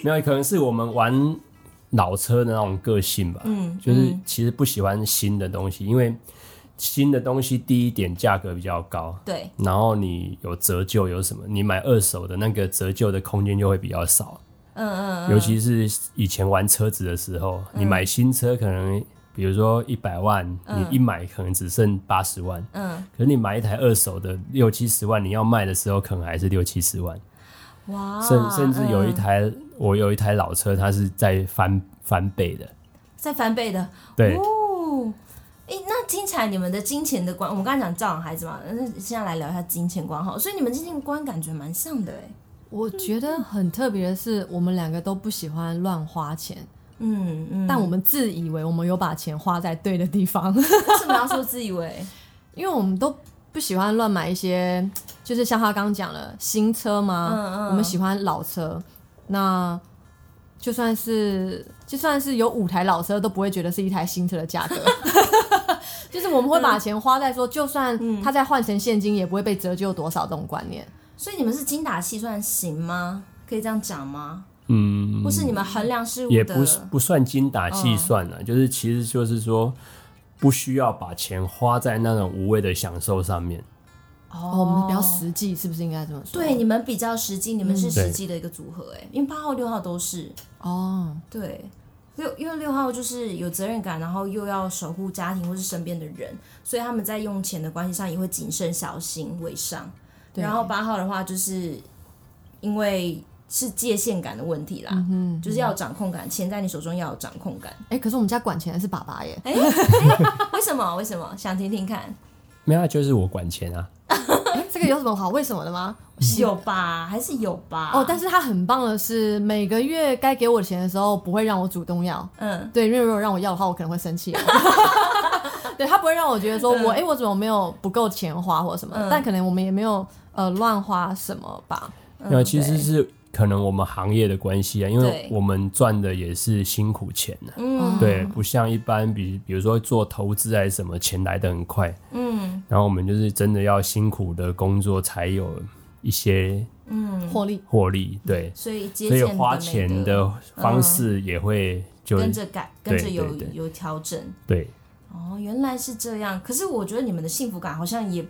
[SPEAKER 4] 没有，可能是我们玩老车的那种个性吧。
[SPEAKER 2] 嗯，
[SPEAKER 4] 就是其实不喜欢新的东西，因为新的东西第一点价格比较高，
[SPEAKER 2] 对，
[SPEAKER 4] 然后你有折旧有什么，你买二手的那个折旧的空间就会比较少，
[SPEAKER 2] 嗯嗯嗯，
[SPEAKER 4] 尤其是以前玩车子的时候，你买新车可能比如说一百万，你一买可能只剩八十万，
[SPEAKER 2] 嗯，
[SPEAKER 4] 可是你买一台二手的六七十万，你要卖的时候可能还是六七十万，
[SPEAKER 2] 哇，
[SPEAKER 4] 甚甚至有一
[SPEAKER 2] 哦嗯
[SPEAKER 4] 台我有一台老车，它是在翻翻倍的，
[SPEAKER 2] 在翻倍的，
[SPEAKER 4] 对，
[SPEAKER 2] 哦，诶，那听起来你们的金钱的观，我们刚才讲教养孩子嘛，那现在来聊一下金钱观哈。所以你们金钱观感觉蛮像的哎。
[SPEAKER 3] 我觉得很特别的是，我们两个都不喜欢乱花钱，
[SPEAKER 2] 嗯嗯，
[SPEAKER 3] 但我们自以为我们有把钱花在对的地方，
[SPEAKER 2] 为什么要说自以为？
[SPEAKER 3] 因为我们都不喜欢乱买一些，就是像他刚刚讲了新车嘛，
[SPEAKER 2] 嗯嗯
[SPEAKER 3] 我们喜欢老车，那就算是就算是有五台老车，都不会觉得是一台新车的 价格。就是我们会
[SPEAKER 2] 嗯
[SPEAKER 3] 把钱花在说，就算它再换成现金，也不会被折旧多少这种观念。
[SPEAKER 2] 所以你们是精打细算型吗？可以这样讲吗？
[SPEAKER 4] 嗯。
[SPEAKER 2] 或是你们衡量事物
[SPEAKER 4] 也不是
[SPEAKER 2] 的？嗯
[SPEAKER 4] 不算精打细算了、就是其实就是说，不需要把钱花在那种无谓的享受上面。
[SPEAKER 3] 哦，我们比较实际，是不是应该这么说？
[SPEAKER 2] 对，，你们比较实际，你们是实
[SPEAKER 4] 嗯对
[SPEAKER 2] 际的一个组合哎，因为八号六号都是
[SPEAKER 3] 哦，
[SPEAKER 2] 对。六因为六号就是有责任感，然后又要守护家庭或是身边的人，所以他们在用钱的关系上也会谨慎小心为上。
[SPEAKER 3] 对
[SPEAKER 2] 然后八号的话，就是因为是界限感的问题啦，
[SPEAKER 3] 嗯，
[SPEAKER 2] 就是要有掌控感，钱在你手中要有掌控感。
[SPEAKER 3] 哎、可是我们家管钱的是爸爸耶，
[SPEAKER 2] 哎、为什么？为 什么？想听听看，
[SPEAKER 4] 没有啊，就是我管钱啊，
[SPEAKER 3] 诶这个有什么好为什么的吗？
[SPEAKER 2] 有吧？还是有吧？
[SPEAKER 3] 哦，但是他很棒的是，每个月该给我的钱的时候，不会让我主动要。
[SPEAKER 2] 嗯，
[SPEAKER 3] 对，因为如果让我要的话，我可能会生气哦。 对他不会让我觉得说我哎、诶我怎么没有不够钱花或什么，但可能我们也没有呃乱花什么吧。
[SPEAKER 4] 那、其实是可能我们行业的关系啊，因为
[SPEAKER 2] 嗯对
[SPEAKER 4] 我们赚的也是辛苦钱呢、
[SPEAKER 2] 嗯
[SPEAKER 4] 对，不像一般比比如说做投资还是什么，钱来的很快。嗯，然后我们就是真的要辛苦的工作才有一些
[SPEAKER 3] 获利
[SPEAKER 4] 获利。对，
[SPEAKER 2] 所以界
[SPEAKER 4] 所以
[SPEAKER 2] 限的
[SPEAKER 4] 花
[SPEAKER 2] 美嗯
[SPEAKER 4] 钱的方式也会就、
[SPEAKER 2] 跟着改，跟着
[SPEAKER 4] 对
[SPEAKER 2] 有
[SPEAKER 4] 对对
[SPEAKER 2] 有调整。
[SPEAKER 4] 对。
[SPEAKER 2] 哦，原来是这样。可是我觉得你们的幸福感好像也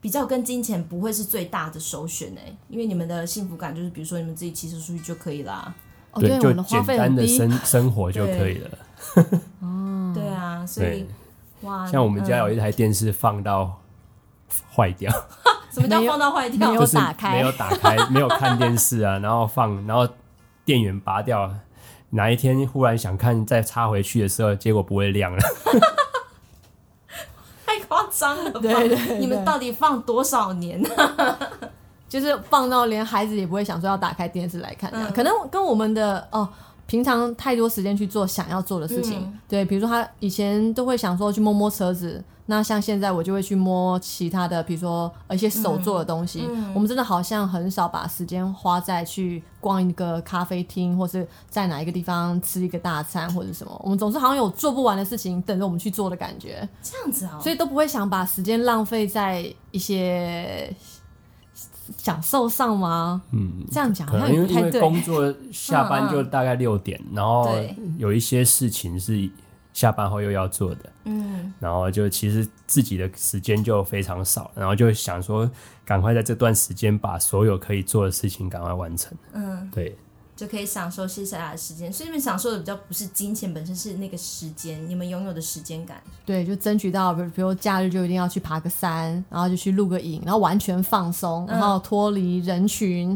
[SPEAKER 2] 比较跟金钱不会是最大的首选哎，因为你们的幸福感就是比如说你们自己骑车出去就可以啦。
[SPEAKER 3] 哦，
[SPEAKER 4] 对，
[SPEAKER 3] 对，我
[SPEAKER 4] 就
[SPEAKER 3] 们的花
[SPEAKER 4] 简
[SPEAKER 3] 费
[SPEAKER 4] 单
[SPEAKER 3] 很
[SPEAKER 4] 的
[SPEAKER 3] 低。
[SPEAKER 4] 生生活就可以了。
[SPEAKER 3] 嗯
[SPEAKER 2] 对啊，所
[SPEAKER 4] 对
[SPEAKER 2] 以，哇，
[SPEAKER 4] 像我们家有一台电视放到坏掉，
[SPEAKER 2] 呃什么叫
[SPEAKER 3] 没有
[SPEAKER 2] 放到坏
[SPEAKER 3] 嗯没
[SPEAKER 2] 掉
[SPEAKER 3] 有？
[SPEAKER 4] 就是
[SPEAKER 3] 打开
[SPEAKER 4] 没有打开，没有看电视啊，然后放，然后电源拔掉，哪一天忽然想看，再插回去的时候，结果不会亮了。
[SPEAKER 2] 太夸张了吧？
[SPEAKER 3] 对对对
[SPEAKER 2] 你们到底放多少年 呢、
[SPEAKER 3] 就是放到连孩子也不会想说要打开电视来看这样、可能跟我们的哦。平常太多时间去做想要做的事情，
[SPEAKER 2] 嗯
[SPEAKER 3] 对，比如说他以前都会想说去摸摸车子，那像现在我就会去摸其他的，比如说呃一些手做的东西。我们真的好像很少把时间花在去逛一个咖啡厅，或是在哪一个地方吃一个大餐或者什么，我们总是好像有做不完的事情等着我们去做的感觉。
[SPEAKER 2] 这样子哦，
[SPEAKER 3] 所以都不会想把时间浪费在一些享受上吗？
[SPEAKER 4] 嗯，
[SPEAKER 3] 这样讲
[SPEAKER 4] 可
[SPEAKER 3] 啊好像也
[SPEAKER 4] 能因为
[SPEAKER 3] 不
[SPEAKER 4] 因
[SPEAKER 3] 太
[SPEAKER 4] 为
[SPEAKER 3] 对。嗯
[SPEAKER 4] 工作下班就大概六点，然后
[SPEAKER 2] 对
[SPEAKER 4] 有一些事情是下班后又要做的，
[SPEAKER 2] 嗯，
[SPEAKER 4] 然后就其实自己的时间就非常少，然后就想说赶快在这段时间把所有可以做的事情赶快完成。嗯，对，
[SPEAKER 2] 就可以享受接下来的时间。所以你们享受的比较不是金钱本身，是那个时间，你们拥有的时间感。
[SPEAKER 3] 对，就争取到，比如比如假日就一定要去爬个山，然后就去露个营，然后完全放松，然后脱离人群。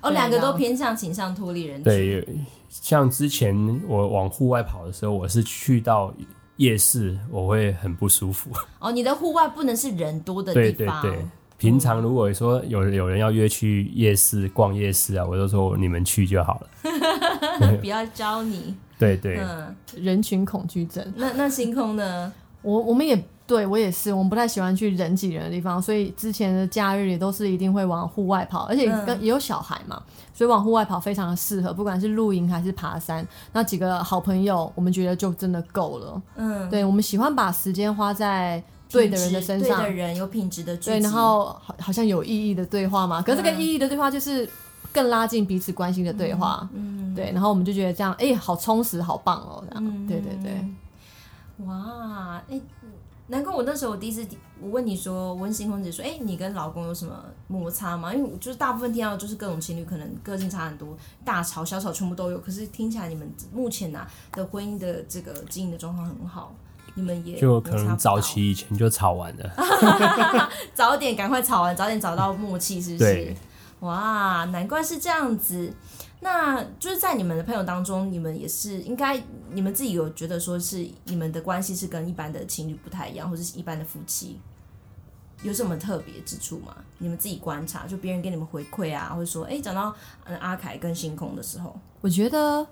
[SPEAKER 2] 哦，
[SPEAKER 3] 对
[SPEAKER 2] 两个
[SPEAKER 3] 然
[SPEAKER 2] 都
[SPEAKER 3] 后
[SPEAKER 2] 偏向倾向脱离人群。
[SPEAKER 4] 对，像之前我往户外跑的时候，我是去到夜市，我会很不舒服。
[SPEAKER 2] 哦，你的户外不能是人多的
[SPEAKER 4] 对
[SPEAKER 2] 地
[SPEAKER 4] 对
[SPEAKER 2] 方。
[SPEAKER 4] 对，平
[SPEAKER 3] 嗯
[SPEAKER 4] 常如果说有有人要约去夜市逛夜市啊，我就说你们去就好了。
[SPEAKER 2] 不要招你。
[SPEAKER 4] 对对，
[SPEAKER 2] 嗯，
[SPEAKER 3] 人群恐惧症，
[SPEAKER 2] 那那星空呢？
[SPEAKER 3] 我我们也对我也是，我们不太喜欢去人挤人的地方，所以之前的假日也都是一定会往户外跑，而且
[SPEAKER 2] 嗯
[SPEAKER 3] 跟、也有小孩嘛，所以往户外跑非常的适合，不管是露营还是爬山。那几个好朋友，我们觉得就真的够了。
[SPEAKER 2] 嗯，
[SPEAKER 3] 对我们喜欢把时间花在对的人的身上
[SPEAKER 2] 对的，人有品质的聚集
[SPEAKER 3] 对，然后好好像有意义的对话嘛。可是这
[SPEAKER 2] 嗯
[SPEAKER 3] 个意义的对话就是更拉近彼此关心的对话，嗯，对。然后我们就觉得这样，哎、好充实，好棒哦，这样，
[SPEAKER 2] 嗯
[SPEAKER 3] 对对对。
[SPEAKER 2] 哇，哎、难怪我那时候我第一次我问你说，我问星空姐说，哎、你跟老公有什么摩擦吗？因为我就是大部分听到就是各种情侣可能个性差很多，大吵小吵全部都有。可是听起来你们目前呐、的婚姻的这个经营的状况很好，你们也
[SPEAKER 4] 就可
[SPEAKER 2] 摩擦
[SPEAKER 4] 能
[SPEAKER 2] 不到
[SPEAKER 4] 早期以前就吵完了。
[SPEAKER 2] 早点赶快吵完，早点找到默契，是不是
[SPEAKER 4] 对？
[SPEAKER 2] 哇，难怪是这样子。那就是在你们的朋友当中，你们也是应该，你们自己有觉得说是你们的关系是跟一般的情侣不太一样，或者是一般的夫妻有什么特别之处吗？你们自己观察，就别人给你们回馈啊，或者说，哎、讲到嗯阿凯跟星空的时候，
[SPEAKER 3] 我觉得，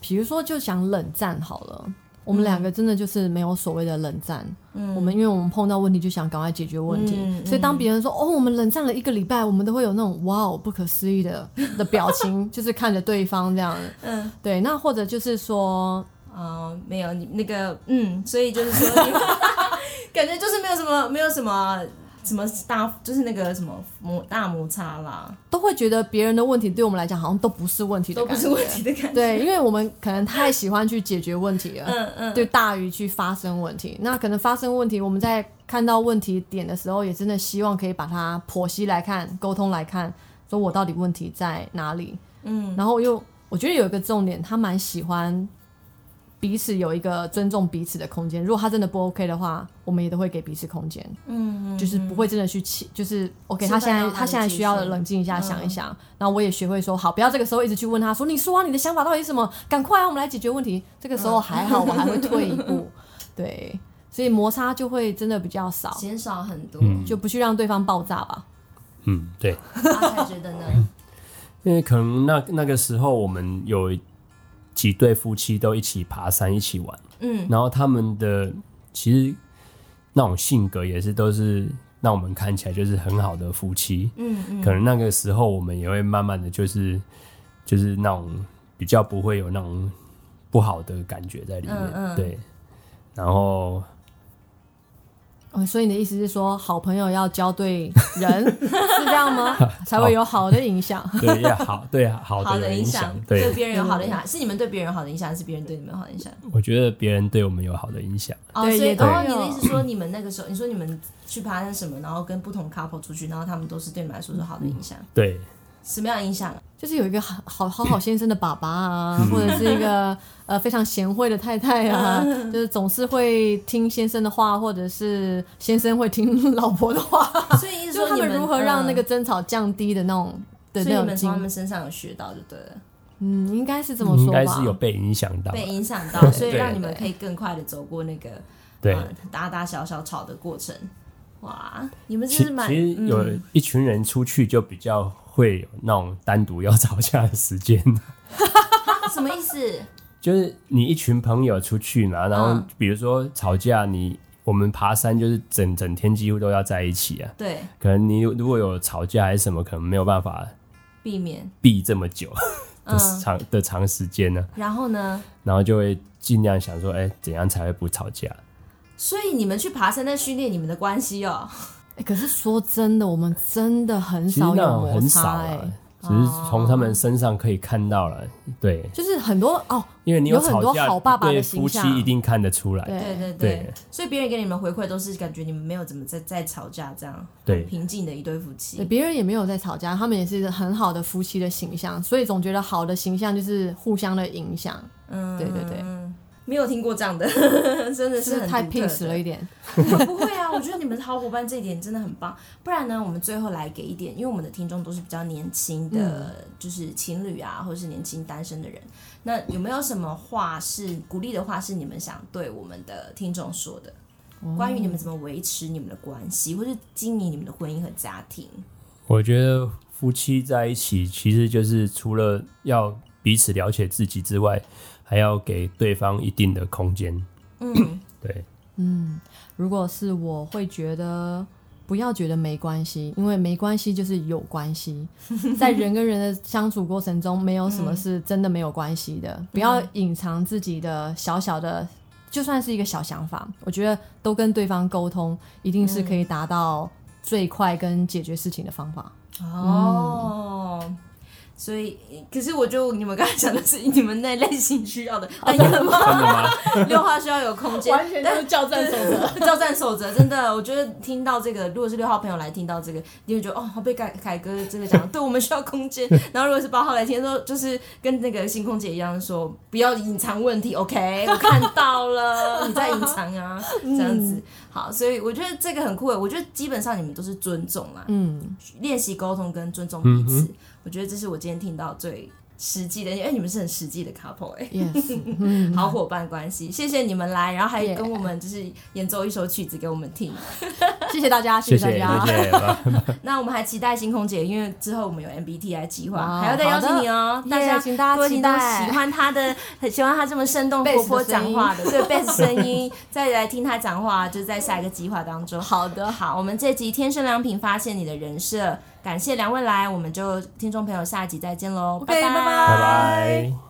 [SPEAKER 3] 比如说就讲冷战好了，我们两个真的就是没有所谓的冷战。嗯，我们因为我们碰到问题就想赶快解决问题，
[SPEAKER 2] 嗯嗯
[SPEAKER 3] 所以当别人说哦我们冷战了一个礼拜，我们都会有那种哇哦不可思议的的表情，就是看着对方这样。嗯，对。那或者就是说，
[SPEAKER 2] 哦、没有你那个，嗯，所以就是说你， 感觉就是没有什么， 没有什么什么大，就是那个什么摩大摩擦啦，
[SPEAKER 3] 都会觉得别人的问题对我们来讲好像都不是问题的
[SPEAKER 2] 都不
[SPEAKER 3] 感觉，
[SPEAKER 2] 是问题的感觉。
[SPEAKER 3] 对，因为我们可能太喜欢去解决问题了，
[SPEAKER 2] 嗯嗯，
[SPEAKER 3] 对大于去发生问题。那可能发生问题，我们在看到问题点的时候，也真的希望可以把它剖析来看、沟通来看，说我到底问题在哪里。嗯，然后又我觉得有一个重点，他蛮喜欢彼此有一个尊重彼此的空间。如果他真的不 OK 的话，我们也都会给彼此空间。嗯就是不会真的去气，就是 OK，
[SPEAKER 2] 吃
[SPEAKER 3] 他
[SPEAKER 2] 饭
[SPEAKER 3] 现在
[SPEAKER 2] 让他
[SPEAKER 3] 他现在
[SPEAKER 2] 的接
[SPEAKER 3] 需要
[SPEAKER 2] 受
[SPEAKER 3] 冷静一下，嗯想一想。然后我也学会说好，不要这个时候一直去问他说，你说啊，你的想法到底是什么？赶快啊，我们来解决问题。这个时候还好，我还 会退一步，对，所以摩擦就会真的比较少，
[SPEAKER 2] 减少很多。
[SPEAKER 3] 就不去让对方爆炸吧。
[SPEAKER 4] 嗯，对，
[SPEAKER 2] 阿凯啊觉得
[SPEAKER 4] 嗯
[SPEAKER 2] 呢？
[SPEAKER 4] 因为可能那那个时候我们有几对夫妻都一起爬山，一起玩，
[SPEAKER 2] 嗯，
[SPEAKER 4] 然后他们的其实那种性格也是都是让我们看起来就是很好的夫妻，
[SPEAKER 2] 嗯
[SPEAKER 4] 嗯，可能那个时候我们也会慢慢的就是就是那种比较不会有那种不好的感觉在里面，
[SPEAKER 2] 嗯嗯
[SPEAKER 4] 对，然后
[SPEAKER 3] 哦，所以你的意思是说，好朋友要交对人， 是这样 吗？才会有好的影响。
[SPEAKER 4] 对要好对好
[SPEAKER 2] 好
[SPEAKER 4] 的有
[SPEAKER 2] 影
[SPEAKER 4] 影响，
[SPEAKER 2] 对
[SPEAKER 4] 对，嗯
[SPEAKER 2] 别人有好的影响，是你们对别人有好的影响，还是别人对你们有好的影响？
[SPEAKER 4] 我觉得别人对我们有好的影响。
[SPEAKER 2] 哦，所
[SPEAKER 3] 对
[SPEAKER 2] 以
[SPEAKER 3] 也都
[SPEAKER 2] 哦，你
[SPEAKER 3] 有
[SPEAKER 2] 的意思说你们那个时候，你说你们去爬山什么，然后跟不同 couple 出去，然后他们都是对你们来说是好的影响，
[SPEAKER 4] 对，
[SPEAKER 2] 什么样的影 响？
[SPEAKER 3] 就是有一个好好好好先生的爸爸啊，
[SPEAKER 4] 嗯
[SPEAKER 3] 或者是一个呃非常贤惠的太太啊，
[SPEAKER 4] 嗯
[SPEAKER 3] 就是总是会听先生的话，或者是先生会听老婆的 话，
[SPEAKER 2] 所以意思
[SPEAKER 3] 就
[SPEAKER 2] 说
[SPEAKER 3] 他
[SPEAKER 2] 你
[SPEAKER 3] 们如何让那
[SPEAKER 2] 嗯
[SPEAKER 3] 个争吵降低的那种的
[SPEAKER 2] 所以
[SPEAKER 3] 那
[SPEAKER 2] 你
[SPEAKER 3] 种
[SPEAKER 2] 们
[SPEAKER 3] 经
[SPEAKER 2] 从他们身上有学到，就对了。
[SPEAKER 3] 嗯，应该是这么
[SPEAKER 4] 应
[SPEAKER 3] 说吧。
[SPEAKER 4] 该是有被影响到。
[SPEAKER 2] 被影响到，所以
[SPEAKER 4] 对
[SPEAKER 2] 让你们可以更快的走过那个
[SPEAKER 4] 对，
[SPEAKER 2] 呃打打小小吵的过程。哇，你们
[SPEAKER 4] 其
[SPEAKER 2] 真是蛮
[SPEAKER 4] 其实有
[SPEAKER 2] 嗯、
[SPEAKER 4] 一群人出去就比较会有那种单独要吵架的时间，
[SPEAKER 2] 嗯什么意思？
[SPEAKER 4] 就是你一群朋友出去嘛，然后
[SPEAKER 2] 嗯
[SPEAKER 4] 比如说吵架，你我们爬山就是整整天几乎都要在一起啊，
[SPEAKER 2] 对，
[SPEAKER 4] 可能你如果有吵架还是什么，可能没有办法
[SPEAKER 2] 避免。
[SPEAKER 4] 避这么久 的
[SPEAKER 2] 嗯，
[SPEAKER 4] 长的长时间呢、
[SPEAKER 2] 然后呢？
[SPEAKER 4] 然后就会尽量想说，哎、怎样才会不吵架？
[SPEAKER 2] 所以你们去爬山在训练你们的关系哦。
[SPEAKER 3] 欸可是说真的，我们真的哦很
[SPEAKER 4] 其实
[SPEAKER 3] 少
[SPEAKER 4] 那
[SPEAKER 3] 有
[SPEAKER 4] 种
[SPEAKER 3] 摩
[SPEAKER 4] 很少
[SPEAKER 3] 擦、
[SPEAKER 4] 啊
[SPEAKER 3] 欸，，
[SPEAKER 4] 只是从他们身上可以看到了，对，
[SPEAKER 3] 就是很多哦，
[SPEAKER 4] 因为你
[SPEAKER 3] 有很
[SPEAKER 4] 吵
[SPEAKER 3] 多
[SPEAKER 4] 架，
[SPEAKER 3] 好爸爸的
[SPEAKER 4] 对
[SPEAKER 3] 形
[SPEAKER 4] 夫妻
[SPEAKER 3] 象
[SPEAKER 4] 一定看得出来，
[SPEAKER 3] 对
[SPEAKER 2] 对对
[SPEAKER 4] 对
[SPEAKER 2] 所以别人给你们回馈都是感觉你们没有怎么在在吵架这样，
[SPEAKER 4] 对
[SPEAKER 2] 很平静的一对夫
[SPEAKER 3] 对，
[SPEAKER 2] 妻。
[SPEAKER 3] 别人也没有在吵架，他们也是很好的夫妻的形象，所以总觉得好的形象就是互相的影响，
[SPEAKER 2] 嗯，
[SPEAKER 3] 对对对，
[SPEAKER 2] 没有听过这样的， 真的
[SPEAKER 3] 就是是
[SPEAKER 2] 很
[SPEAKER 3] 太
[SPEAKER 2] 独特
[SPEAKER 3] peace
[SPEAKER 2] 的
[SPEAKER 3] 了一点。
[SPEAKER 2] 不会啊，我觉得你们的好伙伴这一点真的很棒。不然呢，我们最后来给一点，因为我们的听众都是比较年轻的，就是情侣啊，或者是年轻单身的人。那有没有什么话是鼓励的话，是你们想对我们的听众说的？关于你们怎么维持你们的关系，或是经营你们的婚姻和家庭？
[SPEAKER 4] 我觉得夫妻在一起，其实就是除了要彼此了解自己之外，还要给对方一定的空间。
[SPEAKER 2] 嗯，
[SPEAKER 4] 对，
[SPEAKER 3] 嗯如果是我会觉得。不要觉得没关系，因为没关系就是有关 系。在人跟人的相处过程中，没有什么是真的没有关系的。
[SPEAKER 2] 嗯
[SPEAKER 3] 不要隐藏自己的小小的，就算是一个小想法，我觉得都跟对方沟通，一定
[SPEAKER 2] 嗯
[SPEAKER 3] 是可以达到最快跟解决事情的方法。
[SPEAKER 2] 哦。所以，可是我就你们刚才讲的是你们那类型需要的，但也很棒。
[SPEAKER 4] 真的吗？
[SPEAKER 2] 六号需要有空间，
[SPEAKER 3] 完全就是
[SPEAKER 2] 教战守则。教战守则真的，我觉得听到这个，如果是六号朋友来听到这个，你会觉得哦，好被凯凯哥真的讲，对我们需要空间。然后如果是八号来听说，就是跟那个星空姐一样说，不要隐藏问题，OK？我看到了，你在隐藏啊，这样子。好，所以我觉得这个很酷诶，我觉得基本上你们都是尊重啦，
[SPEAKER 3] 嗯，
[SPEAKER 2] 练习沟通跟尊重彼此，我觉得这是我今天听到最实际的，因为你们是很实际的 couple 哎、
[SPEAKER 3] yes，
[SPEAKER 2] 好伙伴关系，谢谢你们来，然后还
[SPEAKER 3] 嗯 Yeah
[SPEAKER 2] 跟我们就是演奏一首曲子给我们 听。
[SPEAKER 3] 谢谢大家，
[SPEAKER 4] 谢
[SPEAKER 3] 谢大
[SPEAKER 4] 谢，
[SPEAKER 3] 家。
[SPEAKER 4] 谢谢。
[SPEAKER 2] 那我们还期待星空姐，因为之后我们有 MBTI 计划，
[SPEAKER 3] 哇
[SPEAKER 2] 还要再邀请你哦
[SPEAKER 3] 好。的
[SPEAKER 2] 大家
[SPEAKER 3] Yeah，请大家
[SPEAKER 2] 如果你都
[SPEAKER 3] 期待
[SPEAKER 2] 喜欢她的， 很喜欢她这么生动活泼
[SPEAKER 3] Bass 的声
[SPEAKER 2] 讲
[SPEAKER 3] 音
[SPEAKER 2] 话的，对 贝斯声音，再来听她讲话，就在下一个计划当中。
[SPEAKER 3] 好的，
[SPEAKER 2] 好，我们这集《天生良品》发现你的人设，感谢两位来，我们就听众朋友下一集再见喽，
[SPEAKER 3] OK，拜拜
[SPEAKER 4] 拜拜。